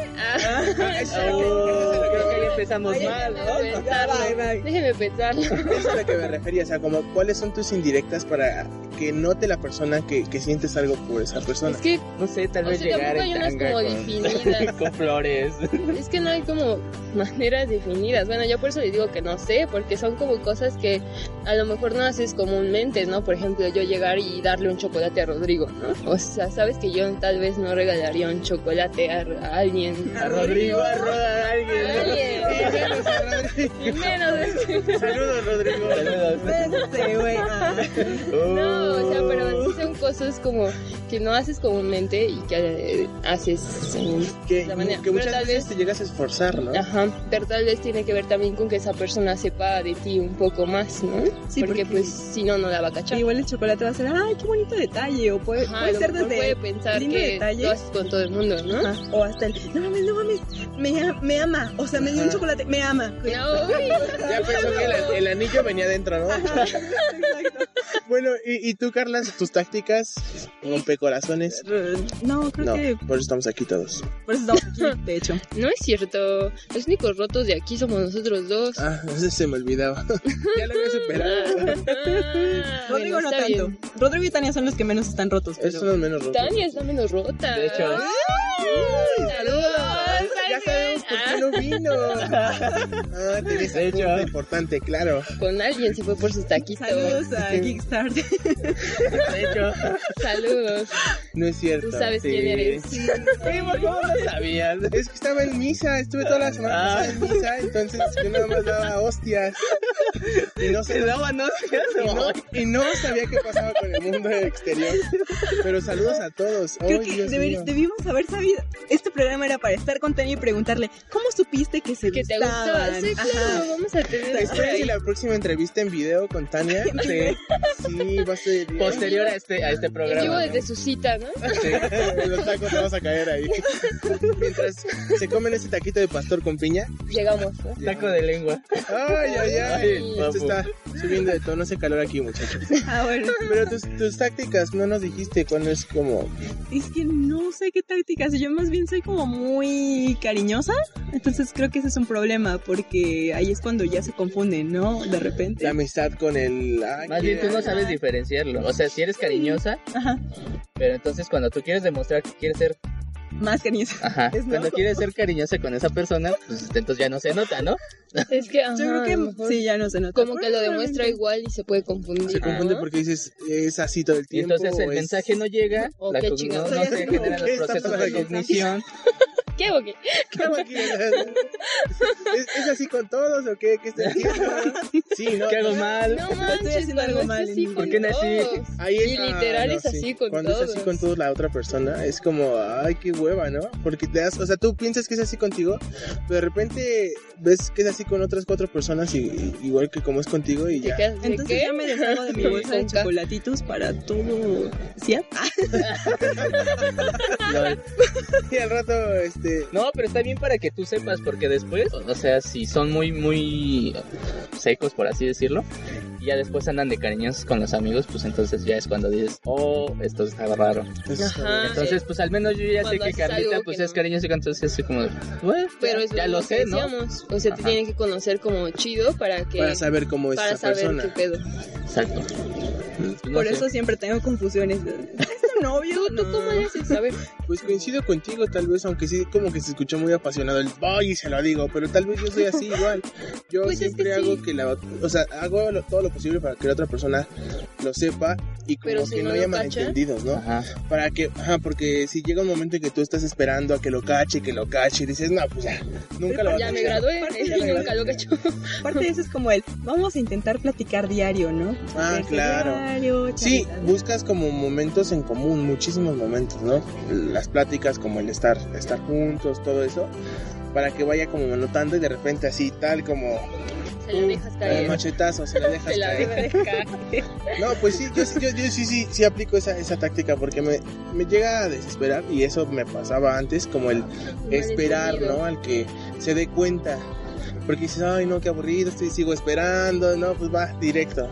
Ah.
creo que ahí empezamos
Ay,
mal, ¿no?
déjeme Pues pensarlo.
Bye, bye.
Déjeme pensarlo.
Eso es a lo que me refería, o sea, como cuáles son tus indirectas para que note la persona que, que sientes algo por esa persona.
Es que
No sé, tal
O
vez
sea,
llegar
tampoco hay
en
unas
tanga
como definidas.
con, con flores.
Es que no hay como maneras definidas. Bueno, yo por eso les digo que no sé, porque son como cosas que a lo mejor no haces comúnmente, ¿no? Por ejemplo, yo llegar y darle un chocolate a Rodrigo, ¿no? O sea, sabes que yo tal vez no regalaría un chocolate a, a alguien.
A Rodrigo, a Roda, a alguien.
A alguien.
Y menos a Rodrigo.
Y menos
Saludos, Rodrigo. Oh.
Este, güey. Ah.
No, o sea, pero sí son cosas como que no haces comúnmente y que eh, haces eh,
Que,
la manera.
que
Pero
muchas
tal
veces
vez
te llegas a esforzar, ¿no?
Ajá, pero tal vez tiene que ver también con que esa persona sepa de ti un poco más, ¿no?
Sí,
porque,
porque-
pues si no, no la va a cachar.
Igual el chocolate va a ser, ay, qué bonito detalle. O puede,
Ajá, a
puede
lo
ser
mejor
desde.
puede pensar
lindo
que
detalle.
lo haces con todo el mundo, ¿no?
Ajá, O hasta el, no mames, no mames, me, a- me ama. O sea, me dio un
Ajá.
chocolate, me ama.
No, uy.
Ya pensó que el, el anillo venía adentro, ¿no? bueno, y, y tú, Carla, tus tácticas rompecorazones.
Eh,
No, creo
No,
que
por eso estamos aquí todos.
por eso estamos aquí, de hecho.
No es cierto. Los únicos rotos de aquí somos nosotros dos.
Ah, ese se me olvidaba. ya lo había superado.
Ah,
Rodrigo
bueno,
no
está
tanto.
bien.
Rodrigo y Tania son los que menos están rotos.
Esos son
Pero...
los menos rotos.
Tania está menos rota.
De hecho.
¡Ay! Saludos.
Ya sabemos por qué no vino. Ah, tenés
De hecho.
algo importante, claro.
Con alguien se fue por sus taquitos.
Saludos a Kickstarter.
De hecho,
Saludos.
No es cierto.
Tú sabes
Sí.
quién eres.
Oye, ¿por qué no lo sabías?
Es que estaba en misa, estuve toda la semana
Ah.
pasada en misa, entonces yo nada más daba hostias. Y no
Se
sé.
daban hostias.
Y no, y no sabía qué pasaba con el mundo exterior. Pero saludos a todos.
Creo
Ay,
que
Dios
deber-
mío.
debimos haber sabido. Este programa era para estar con Tania y preguntarle, ¿cómo supiste que se
Que te
gustaban?
gustó. Ah, Sí, claro.
Ajá.
Vamos a tener
Esperen
por ahí.
la próxima entrevista en video con Tania.
Sí,
Sí, va a ser. bien.
posterior a este, a este
En vivo
programa.
desde su cita, ¿no?
Sí, en los tacos te vas a caer ahí. Mientras se comen ese taquito de pastor con piña.
Llegamos. ¿no?
Taco de lengua.
Ay, ay, ay.
Ay,
Se
papu.
está subiendo de tono ese calor aquí, muchachos.
Ah, bueno.
Pero tus, tus tácticas no nos dijiste cuándo es como.
Es que no sé qué tácticas. Yo más bien soy como muy cariñosa. Entonces creo que ese es un problema porque ahí es cuando ya se confunden, ¿no? De repente.
La amistad con el. ay,
Más
que-
bien tú no sabes diferenciarlo. O sea, si eres cariñosa,
Ajá.
pero entonces cuando tú quieres demostrar que quieres ser,
Más cariñosa.
ajá,
Es no.
cuando quieres ser cariñosa con esa persona, pues entonces ya no se nota, ¿no?
Es que, ajá,
Yo
a lo
creo que
mejor
sí, ya no se nota.
como que lo demuestra
Probablemente.
igual y se puede confundir.
Se confunde
¿no?
porque dices, es así todo el
Y
tiempo.
entonces el
o es-
mensaje no llega,
O
la
qué
cogn- no,
chingados.
no se generan
¿Qué
los
está
procesos de
pasando?
cognición.
¿Qué o qué?
¿Es, es así con todos o qué? ¿Qué está haciendo? Sí, no.
¿Qué hago mal?
No
Estoy
manches,
haciendo
algo
algo
es
mal,
así
¿no?
con
¿Por qué nací?
todos.
Ahí
Y literal es así con
Cuando
todos.
es así con todos la otra persona, es como, ay, qué hueva, ¿no? Porque te das, o sea, tú piensas que es así contigo, pero de repente ves que es así con otras cuatro personas, y, y- igual que como es contigo, y
Te
ya.
quedas de,
Entonces
¿qué?
ya me deshago de mi bolsa de
Con K.
chocolatitos para todo. ¿Sí? Ah,
Lol.
Y al rato, este.
No, pero está bien para que tú sepas, porque después, o sea, si son muy, muy secos, por así decirlo, y ya después andan de cariñosos con los amigos, pues entonces ya es cuando dices, oh, esto está raro.
pues,
Ajá.
Entonces, pues al menos yo ya
Cuando
sé que
haces algo
Carlita,
que
pues
no.
es cariñosa, entonces así como, bueno,
Pero eso
ya
es
lo
que
sé, ¿no?
decíamos, O sea, te
Ajá.
tienen que conocer como chido para que...
para saber cómo es
para
esa
saber
persona.
qué pedo.
Exacto. Mm. No
por
sé.
eso siempre tengo confusiones. ¿Es tu novio?
¿Tú, tú
No.
cómo le haces saber?
Pues coincido contigo, tal vez, aunque sí, como que se escuchó muy apasionado el voy y se lo digo, pero tal vez yo soy así igual. Yo
Pues es que
siempre
sí.
hago que la ot- o sea, hago lo- todo lo posible para que la otra persona lo sepa y como
Pero si
que
no
no
lo
haya
cacha.
malentendidos, ¿no?
Ajá.
Para que, ajá, porque si llega un momento en que tú estás esperando a que lo cache, que lo cache, y dices, no, pues ya, nunca lo va a
Ya me
cachar".
gradué
Aparte,
y
ya me
nunca lo cacho.
Aparte de eso es como el, vamos a intentar platicar diario, ¿no?
Ah,
pues,
Platicar
claro.
diario,
Sí,
charlar.
buscas como momentos en común, muchísimos momentos, ¿no? Las pláticas, como el estar, estar juntos, todo eso, para que vaya como notando y de repente así, tal como
Se la dejas
El
caer.
machetazo, se la dejas
Se la
caer.
dejas caer.
No, pues sí, yo, sí- yo, yo sí, sí, sí aplico esa, esa táctica porque me, me llega a desesperar y eso me pasaba antes, como el esperar,
Malentendido.
¿no? Al que se dé cuenta. Porque dices, ay, no, qué aburrido, estoy, sigo esperando, no, pues va, directo.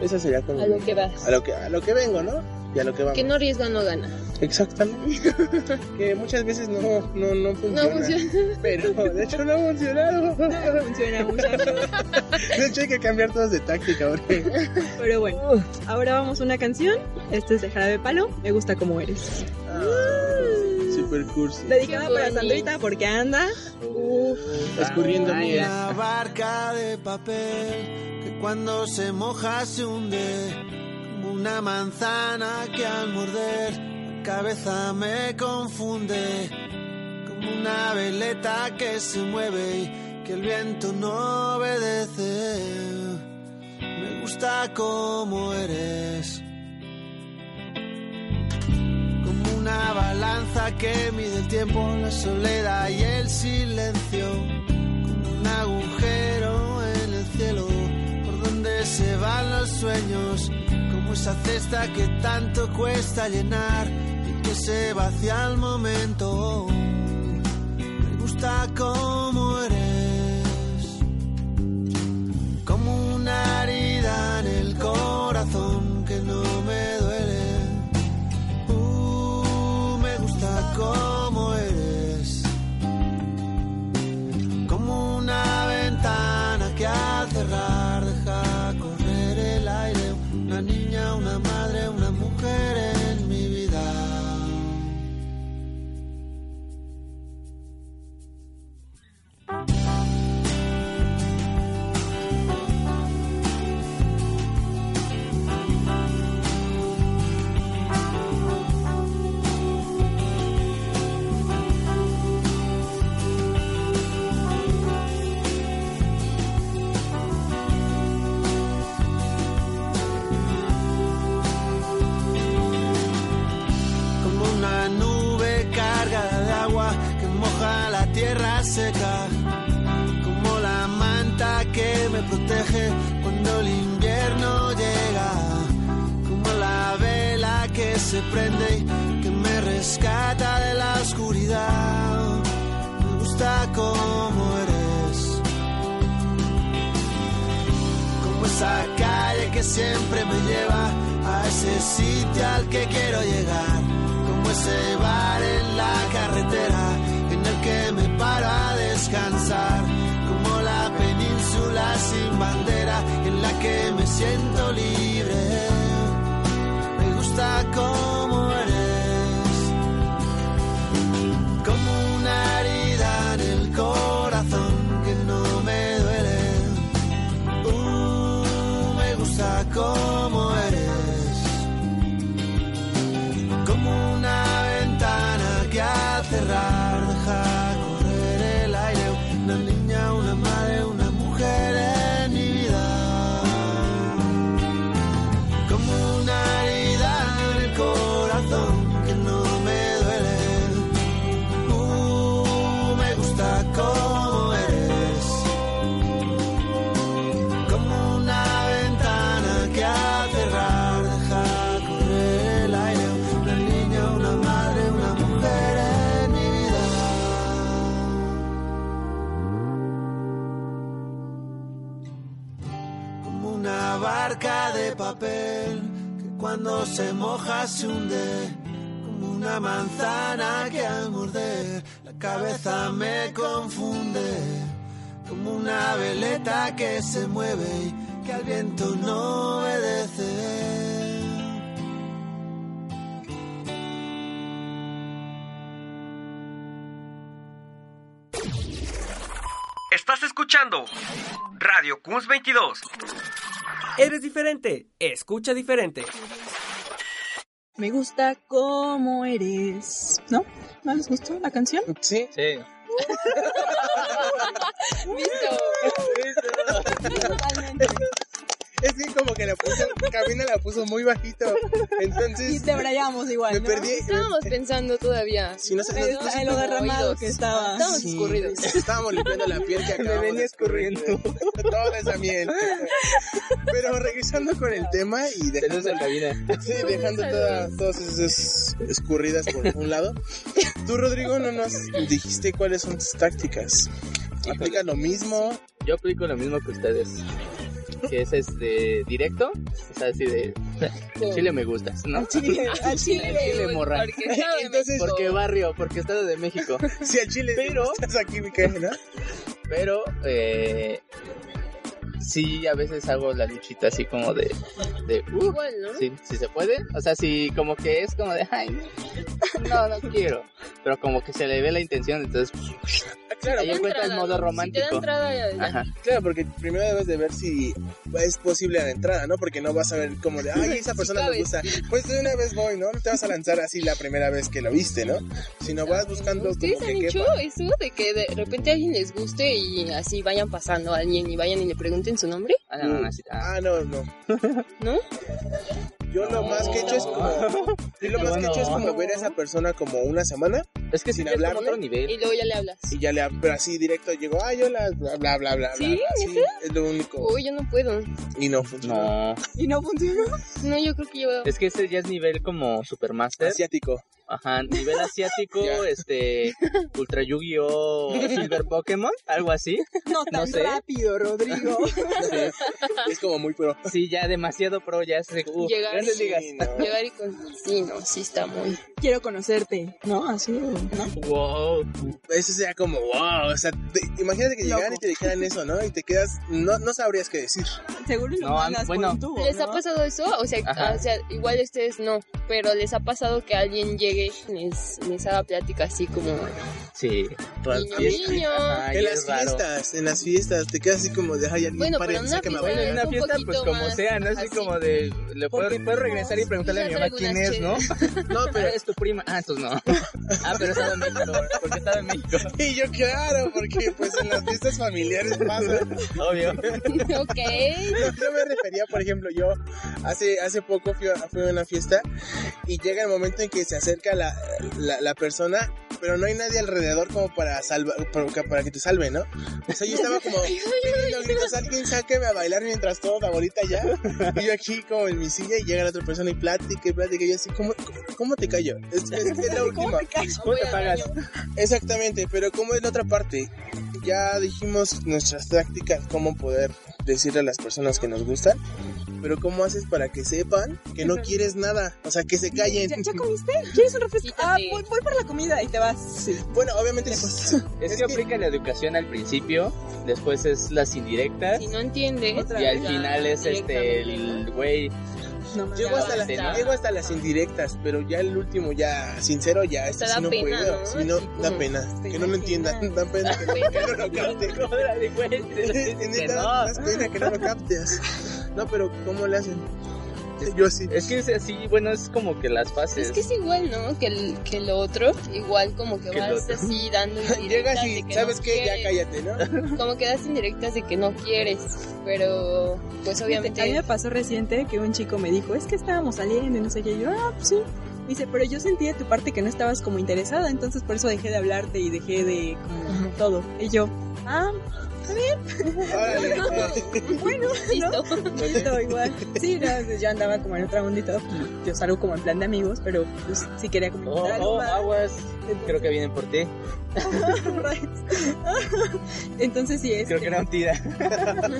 Esa sería como.
A lo que vas.
A lo que, a lo que vengo, ¿no? Y a lo que vamos.
Que no arriesga, no gana.
Exactamente. que muchas veces no, no, no funciona.
No funciona.
Pero de hecho no ha funcionado.
No funciona, muchachos.
De hecho hay que cambiar todos de táctica, porque
Pero bueno, ahora vamos a una canción. Este es de Jarabe Palo. Me gusta como eres.
super curso.
Dedicada para Sandrita porque anda. Uf.
Escurriendo
Ay,
miel.
La barca de papel que cuando se moja se hunde. Como una manzana que al morder la cabeza me confunde. Como una veleta que se mueve y que el viento no obedece. Me gusta como eres. Como una balanza que mide el tiempo, la soledad y el silencio un agujero en el cielo por donde se van los sueños, como esa cesta que tanto cuesta llenar y que se vacía al momento. Me gusta como eres, como una herida en el corazón que no me duele. Uh, me gusta como eres como una ventana que al cerrar deja correr el aire. Una niña, una madre, una mujer en mi vida.
como una nube cargada de agua que moja la tierra seca,
como la manta que me protege cuando el invierno llega, como la vela que se prende y que me rescata de la oscuridad. Me gusta como eres, como esa calle que siempre me lleva a ese sitio al que quiero llegar, como ese bar en la carretera en el que me paro a descansar, como la península sin bandera en la que me siento libre. Me gusta como eres, como una herida en el corazón que no me duele. Uh, me gusta como eres, como una ventana que al cerrar deja correr el aire. Una niña, una madre, una mujer en mi vida. Como una herida en el corazón que no me duele. Uh, me gusta como eres como una ventana que al cerrar deja correr el aire. Una niña, una madre, una mujer en mi vida. Como una barca de papel que cuando se moja se hunde. Como una manzana que al morder la cabeza me confunde como una veleta que se mueve y que al viento no obedece.
Estás escuchando Radio Cuns 22. Eres diferente, escucha diferente.
Me gusta cómo eres. ¿No? ¿No les gustó la canción?
Ah, Sí.
Sí.
Es que como que la puso, Cabina la puso muy bajito. Entonces.
Y te brayamos igual.
Me
¿no?
perdí.
Estábamos pensando todavía.
Si no se-
Pero
no-
estábamos
en lo derramado
oídos.
que estaba.
Estábamos
Sí,
escurridos.
Estábamos limpiando la piel que acabamos. Me venía escurriendo. Toda esa miel. Pero regresando con el tema y dejando
en cabina.
Sí, dejando toda- todas esas escurridas por un lado. Tú, Rodrigo, no nos dijiste cuáles Ah, son tus tácticas. ¿Aplica lo mismo?
Yo aplico lo mismo que ustedes. que es este directo, o sea, así de al Chile me gustas, ¿no?
Al Chile, al Chile,
Al Chile, morra.
porque Estado de
Entonces,
México.
porque barrio, porque Estado de México.
Sí, Ah, al Chile.
Pero-
Estás aquí, mi cae, ¿no?
Pero eh, sí, a veces hago la luchita así como de, de uh,
Igual, ¿no?
sí, si se puede. O sea, sí, como que es como de, ay, no, no quiero. Pero como que se le ve la intención, entonces
Claro,
ahí encuentra el modo romántico. Ajá.
Claro, porque primero debes de ver si es posible la entrada, ¿no? Porque no vas a ver como de, ay, esa persona me gusta. Pues de una vez voy, ¿no? No te vas a lanzar así la primera vez que lo viste, ¿no? Sino vas buscando como
¿Ustedes han
que
hecho
quepa.
eso de que de repente a alguien les guste y así vayan pasando a alguien y vayan y le pregunten su nombre?
Ah, no, no, sí, ah.
Ah, no, no.
¿No?
Yo lo más que he hecho es como. Yo lo más que he hecho es como ver a esa persona como una semana.
Es que
sin
ya es como
hablar.
otro nivel.
Y luego ya le hablas.
Y ya le hab- pero así directo llegó, ay, hola, bla, bla, bla, bla.
¿Sí?
bla,
¿Neta?
Es lo único.
Uy, yo no puedo.
Y no funcionó.
No.
¿Y no funciona? No, yo creo que yo...
Es que ese ya es nivel como Supermaster.
Asiático.
Ajá, nivel asiático, este, Ultra Yu-Gi-Oh, Silver Pokémon, algo así.
No tan
sé.
rápido, Rodrigo.
Es como muy pro.
Sí, ya demasiado pro, ya es de, uh,
Llegar
grandes
y-
ligas.
Llegar y con... Sí, no, sí está muy...
Quiero conocerte. No, así, ¿no?
Wow.
Eso sea como wow. O sea, te- imagínate que llegaran y te dijeran eso, ¿no? Y te quedas, no, no sabrías qué decir.
Seguro lo
No,
mandas
bueno.
por un tubo,
¿Les
¿no?
ha pasado eso? O sea,
Ajá.
o sea, igual ustedes no, pero ¿les ha pasado que alguien llegue y les, les haga plática así como...
Sí.
Niño, niño.
Ajá, y
en las
es raro.
fiestas, en las fiestas, te quedas así como de, ay, ya ni
Bueno,
paren,
pero en una
sáquenme a
fiesta
bailar".
es
En una
un
fiesta, pues
poquito
como
más
sea, ¿no? Así,
así.
como de, le puedo, puedo regresar y preguntarle a mi
Yo traigo
mamá quién
unas
es, ¿no?
No, pero.
Ah, es tu prima. Ah, entonces no. Ah, pero estaba en México, porque estaba en México.
Y yo, claro, porque pues en las fiestas familiares pasa.
Obvio.
ok.
Yo yo me refería, por ejemplo, yo hace, hace poco fui a, fui a una fiesta y llega el momento en que se acerca la, la, la persona, pero no hay nadie alrededor como para, salva, para, que- para que te salve, ¿no? O sea, yo estaba como pidiendo a gritos, alguien sáqueme a bailar mientras todo la bolita ya. Y yo aquí como en mi silla y llega la otra persona y plática y plática. Y yo así, ¿cómo, cómo, cómo te callo? Es, es, es la última.
¿Cómo te pagas?
Exactamente, pero como en otra parte, ya dijimos nuestras tácticas, cómo poder decirle a las personas que nos gustan, pero cómo haces para que sepan que no quieres nada, o sea, que se callen.
¿Ya, ya comiste? ¿Quieres un refresco? Ah, voy, voy por la comida y te vas.
Bueno, obviamente
Es que aplica la educación al principio, después es las indirectas,
Si no entiendes...
y al final es este, el güey.
Llego hasta, las,
Basta, ¿no?
llego hasta las indirectas, pero ya el último, ya sincero, ya este
Te da
sí no
pena,
puedo,
¿no?
si no, da pena, que no me entiendan, da pena que no, que no lo capte.
Órale, güey, te lo
En
dices que
esta,
no.
das pena que no lo captes. No, pero ¿cómo le hacen? Yo sí.
Es que es así, bueno, es como que las fases.
Es que es igual, ¿no? Que, el- que lo otro, igual como que
Que lo
vas
otro.
así dando indirectas
Llegas
de
y,
que
¿sabes
no
qué? Ya
quieres.
cállate, ¿no?
Como que das indirectas de que no quieres, pero pues obviamente...
A mí me pasó reciente que un chico me dijo, es que estábamos saliendo y no sé qué. Y yo, ah, pues sí. Me Dice, pero yo sentí de tu parte que no estabas como interesada, entonces por eso dejé de hablarte y dejé de como todo. Y yo, ah, está
Órale.
bien. bueno, ¿no?
Listo.
Listo, igual. Sí, no, pues, yo andaba como en otra onda y todo. y Yo salgo como en plan de amigos, pero pues sí quería como
Oh,
invitar algo
oh,
más.
aguas. Creo que vienen por ti.
Entonces sí es.
Creo que era un tira.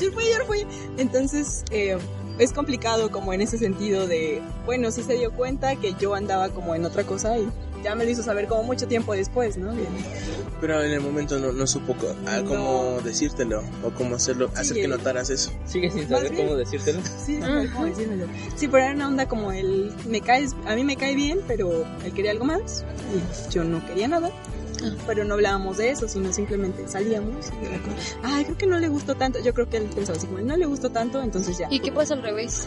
Yo fui, yo fui. Entonces, eh, es complicado como en ese sentido de, bueno, sí se dio cuenta que yo andaba como en otra cosa y ya me lo hizo saber como mucho tiempo después, ¿no? Bien.
Pero en el momento no, no supo co- a cómo decírtelo o cómo hacerlo, hacer que notaras eso.
Sigue sin
Más
saber
bien-
cómo decírtelo.
Sí, no sé cómo decírmelo. Sí, pero era una onda como el, me caes, a mí me cae bien, pero él quería algo más y yo no quería nada. Pero no hablábamos de eso, sino simplemente salíamos. y era como, Ay, creo que no le gustó tanto. Yo creo que él pensaba así, como, no le gustó tanto, entonces ya.
¿Y qué pasa al revés?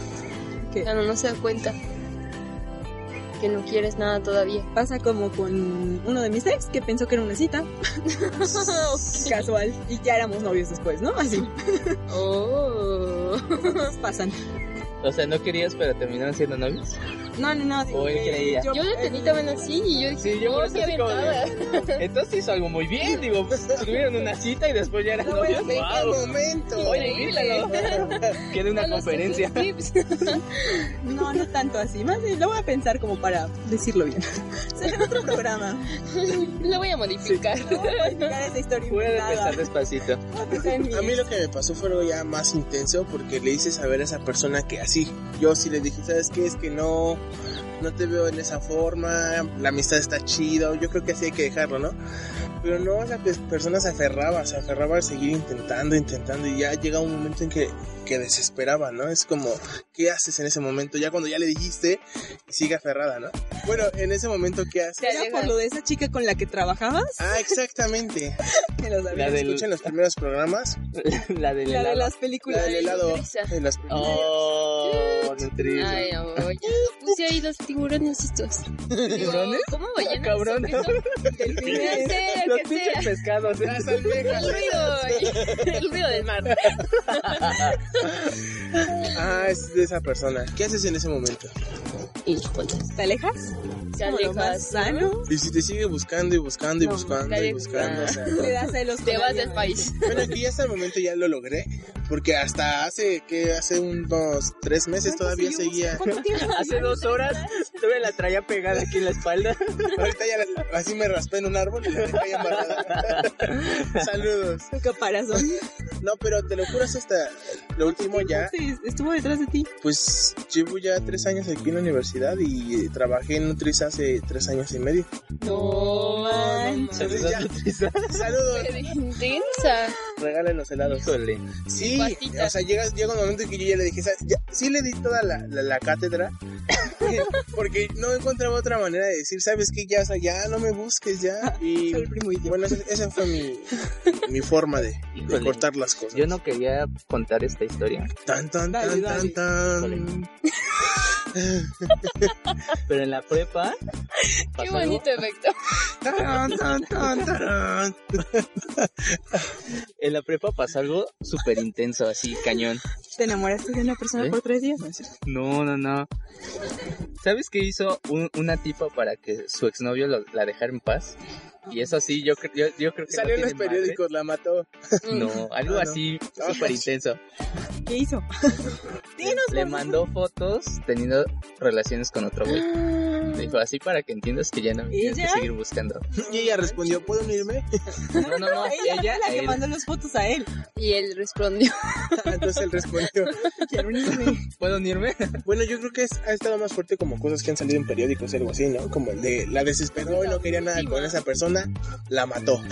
¿Qué?
Cuando no se da cuenta que no quieres nada todavía.
pasa como con uno de mis ex que pensó que era una cita casual y ya éramos novios después, ¿no? Así.
Oh.
Esas cosas pasan.
O sea, no querías, pero terminaron siendo novios.
No, no, eh, no.
O él creía.
Yo, la pedí también así y yo dije,
Sí, yo
"No,
por eso
qué
así como de-
aventada".
Entonces hizo algo muy bien, digo, pues, tuvieron una cita y después ya eran
No,
novios.
bueno, qué
¡Guau!
Pues, momento.
Oye,
Increíble.
invítalo. Quede una
Danos
conferencia.
tus No, no tanto así. Más bien, lo voy a pensar como para decirlo bien. Será en otro programa.
Lo voy a modificar.
esa historia
Puede
inventada.
empezar despacito.
A mí lo que me pasó fue algo ya más intenso porque le hice saber a esa persona que así. Yo sí le dije, ¿sabes qué? Es que no, no te veo en esa forma, la amistad está chido, yo creo que así hay que dejarlo, ¿no? Pero no, la pe- persona se aferraba, se aferraba a seguir intentando, intentando y ya llega un momento en que, que desesperaba, ¿no? Es como, ¿qué haces en ese momento? Ya cuando ya le dijiste, sigue aferrada, ¿no? Bueno, en ese momento, ¿qué haces?
¿Era por lo de esa chica con la que trabajabas?
Ah, exactamente.
Que lo sabía.
La del... Escuchen los primeros programas.
La del
La de
helado.
las películas.
La del helado. De las
Oh, nutrido.
Ay, amor, ya puse ahí los tiburones estos. ¿Tiburones? ¿Cómo vayan?
Cabrón.
Ya sé, el
Los
que sea.
pinches pescados. Las
El ruido, el ruido del mar.
Ah, es de esa persona. ¿Qué haces en ese momento?
¿Te alejas?
Se
Como lo más
alejas.
sano.
Y si te sigue buscando y buscando y buscando y buscando. o sea,
Le das celos.
Te vas del país.
bueno, aquí ya hasta el momento ya lo logré. Porque hasta hace, que Hace unos tres meses todavía seguía.
Hace dos horas todavía la traía pegada aquí en la espalda.
Ahorita ya la- así me raspé en un árbol y la dejé ahí embarrada. Saludos.
Tu caparazón.
No, pero te lo juro, es hasta lo último ya.
Sí, Estuvo detrás de ti.
Pues llevo ya tres años aquí en la universidad y eh, trabajé en Nutris hace tres años y medio.
No,
Entonces
Saludos,
ya-
Nutriza.
Saludos.
Pero intensa.
Regalan los helados.
Híjole.
Sí, o sea, llega, llega un momento en que yo ya le dije, "¿Sabes? Ya- sí le di toda la, la- la cátedra, porque no encontraba otra manera de decir, sabes que ya, o sea, ya no me busques ya. Y bueno, esa, esa fue mi, mi forma de, de
Híjole.
cortar las cosas.
Yo no quería contar esta historia,
Tan, tan,
Dale,
tan,
dale.
tan, tan.
pero en la prepa.
Qué
pasó algo.
bonito efecto.
Tan, tan, tan, tarán.
En la prepa pasó algo súper intenso, así, cañón.
Te enamoraste de una persona
¿Eh?
por tres días. ¿no es cierto?
No, no, no. ¿Sabes qué hizo un- una tipa para que su exnovio lo- la dejara en paz? Y eso sí, yo, cre- yo, yo creo que. no
Salió en los
tiene madre.
periódicos, la mató.
No, algo
Ah, no.
así súper intenso.
¿Qué hizo? Dinos,
Le
por
mandó fotos teniendo relaciones con otro güey. Le Dijo así para que entiendas que ya no me
¿Y
tienes que
ya?
seguir buscando.
Y ella respondió, ¿puedo unirme?
No, no, no,
Ella,
ella,
fue la que
él.
mandó las fotos a él.
Y él respondió.
Entonces él respondió.
Quiero unirme.
¿Puedo unirme?
Bueno, yo creo que es- ha estado más fuerte como cosas que han salido en periódicos o algo así, ¿no? Como el de la desesperó y no quería nada con esa persona, la mató.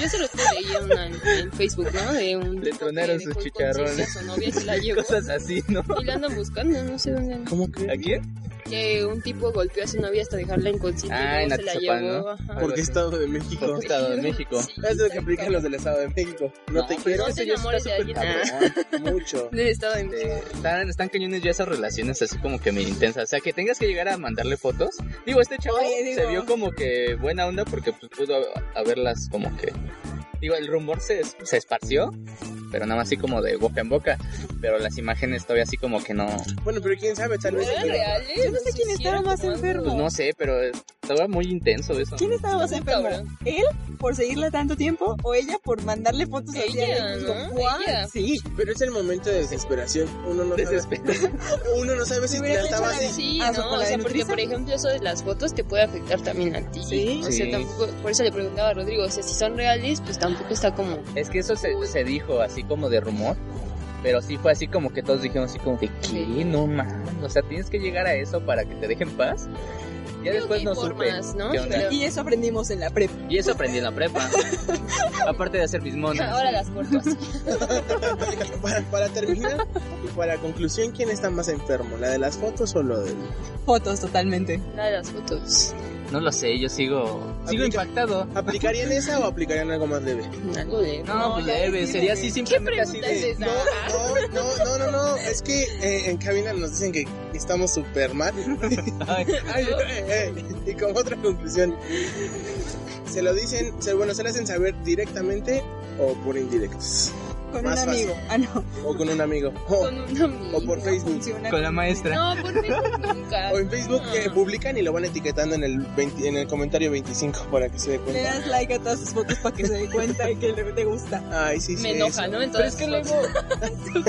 Yo se lo leí una en, en Facebook, ¿no? De un
Le
tipo
tronaron
que
sus
dejó el
chicharrones.
conciencia a su novia y se la llevó.
Cosas así, ¿no?
Y la andan buscando, no sé dónde. anda.
¿Cómo que?
¿A quién?
Que un tipo golpeó a su novia hasta dejarla inconsciente.
Ah,
y
en
luego se la
Atizapán,
llevó.
¿no?
ajá.
Porque Estado de México.
Por Estado de México.
Es lo que aplican los del Estado de México. No, te
pues
quiero,
no te
eso ya está
enamores de
súper
alguien.
cabrón, Mucho.
De estado en
Eh, Están, están cañones ya esas relaciones así como que medio intensas. O sea, que tengas que llegar a mandarle fotos. Digo, este chavo
Oye, digo-
se vio como que buena onda porque pues, pudo hab- haberlas como que... Digo, el rumor se, es- se esparció, pero nada más así como de boca en boca. Pero las imágenes todavía así como que no...
Bueno, pero quién sabe, tal vez.
¿Eran reales?
Yo no sé quién estaba más
Pues
enfermo.
no sé, pero estaba muy intenso eso.
¿Quién estaba más enfermo?
Cabrón.
¿Él por seguirla tanto tiempo o ella por mandarle fotos a
Ella, ¿no? Ella.
Sí.
Pero es el momento de desesperación. Uno no sabe, uno no sabe si la estaba así.
Sí,
Ah,
no,
con
o
la
sea,
de
porque
Nutriza.
por ejemplo eso de las fotos te puede afectar también a ti.
Sí.
O sea,
Sí.
tampoco, por eso le preguntaba a Rodrigo, o sea, si son reales, pues tampoco está como...
Es que eso se, se dijo así como de rumor. Pero sí fue así como que todos dijeron así como de ¿Qué? No mames. O sea, tienes que llegar a eso para que te dejen paz. Ya
Creo
después
que
no
hay
supe.
formas, ¿no?
qué onda.
Pero-
Y eso aprendimos en la prepa.
Y eso aprendí en la prepa. Aparte de hacer mis monas.
Ahora las corto así.
Para, para terminar y para conclusión, ¿quién está más enfermo? ¿La de las fotos o lo del.?
Fotos totalmente.
Nada de las fotos.
No lo sé, yo sigo. Sigo
Aplica-
impactado.
¿Aplicarían esa o aplicarían algo más leve?
Algo de...
No, pues leve, sería así simplemente así
pregunta es
de.
esa?
No, no, no, no, no, no. Es que eh, en cabina nos dicen que estamos súper mal.
Ay,
Ay, eh, eh, y como otra conclusión, se lo dicen, se- bueno, se lo hacen saber directamente o por indirectos.
Con
Más
un
fácil.
amigo. Ah, no.
O con un amigo. O, o por Facebook.
Con la maestra.
No, por Facebook nunca.
O en Facebook que publican y lo van etiquetando en el, 20 en el comentario 25 para que se dé
Le
cuenta.
das like a todas sus fotos para que se dé cuenta de que le- te gusta.
Ay, sí,
Me enoja, ¿no? Entonces,
Pero es que luego.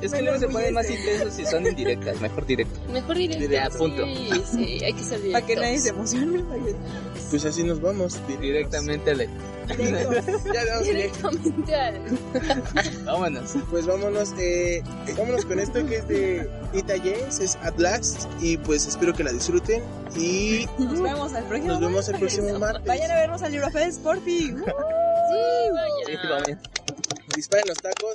Es que luego se ponen más intensos si son indirectas, mejor directo.
Mejor directo.
Ya, punto.
Sí, sí, hay que ser
Para que nadie se
directos.
emocione. para que-
Pues así nos vamos.
Directamente le.
Ya damos directo.
Directamente al-
Vámonos.
Ah.
Pues vámonos, eh, eh, vámonos con esto que es de Ita James, es At Last, y pues espero que la disfruten y
Nos vemos al próximo
Nos vemos el
martes.
próximo martes.
Vayan a vernos al Eurofest, por fin.
Sí,
disparen los tacos.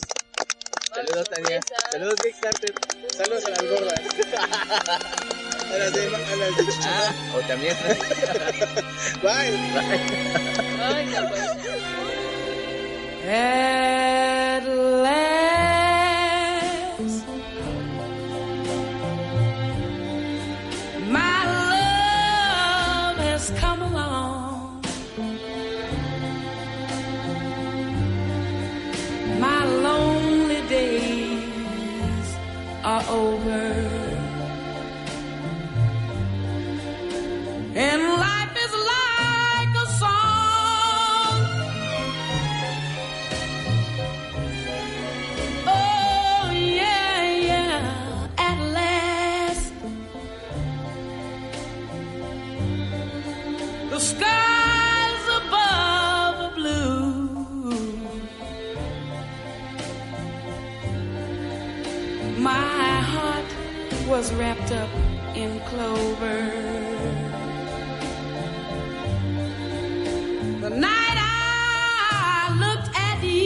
Saludos, Tania. Saludos, Big Starter.
Saludos a las gordas. A las de, a las de chicharrón.
O también.
Bye.
Ay, no, pues.
At last, my love has come along. My lonely days are over, and life is like a song. Oh yeah, yeah, at last the skies above are blue. My heart was wrapped up in clover. The night I looked at you.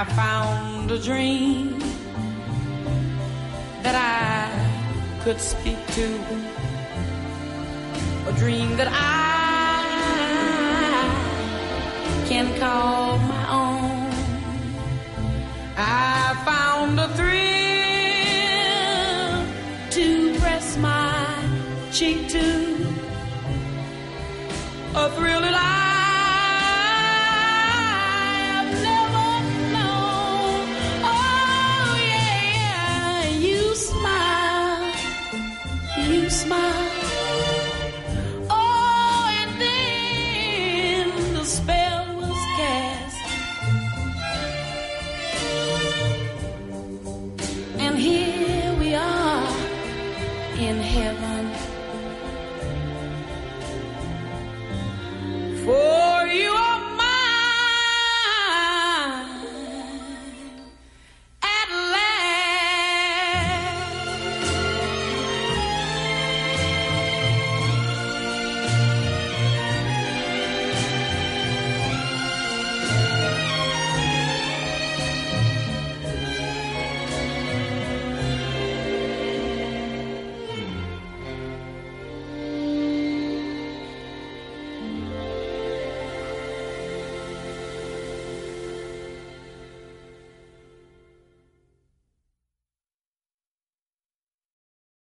I found a dream that I could speak to, a dream that I can call my own. I found a thrill to press my cheek to, a thrill that I.
Oh, Oh,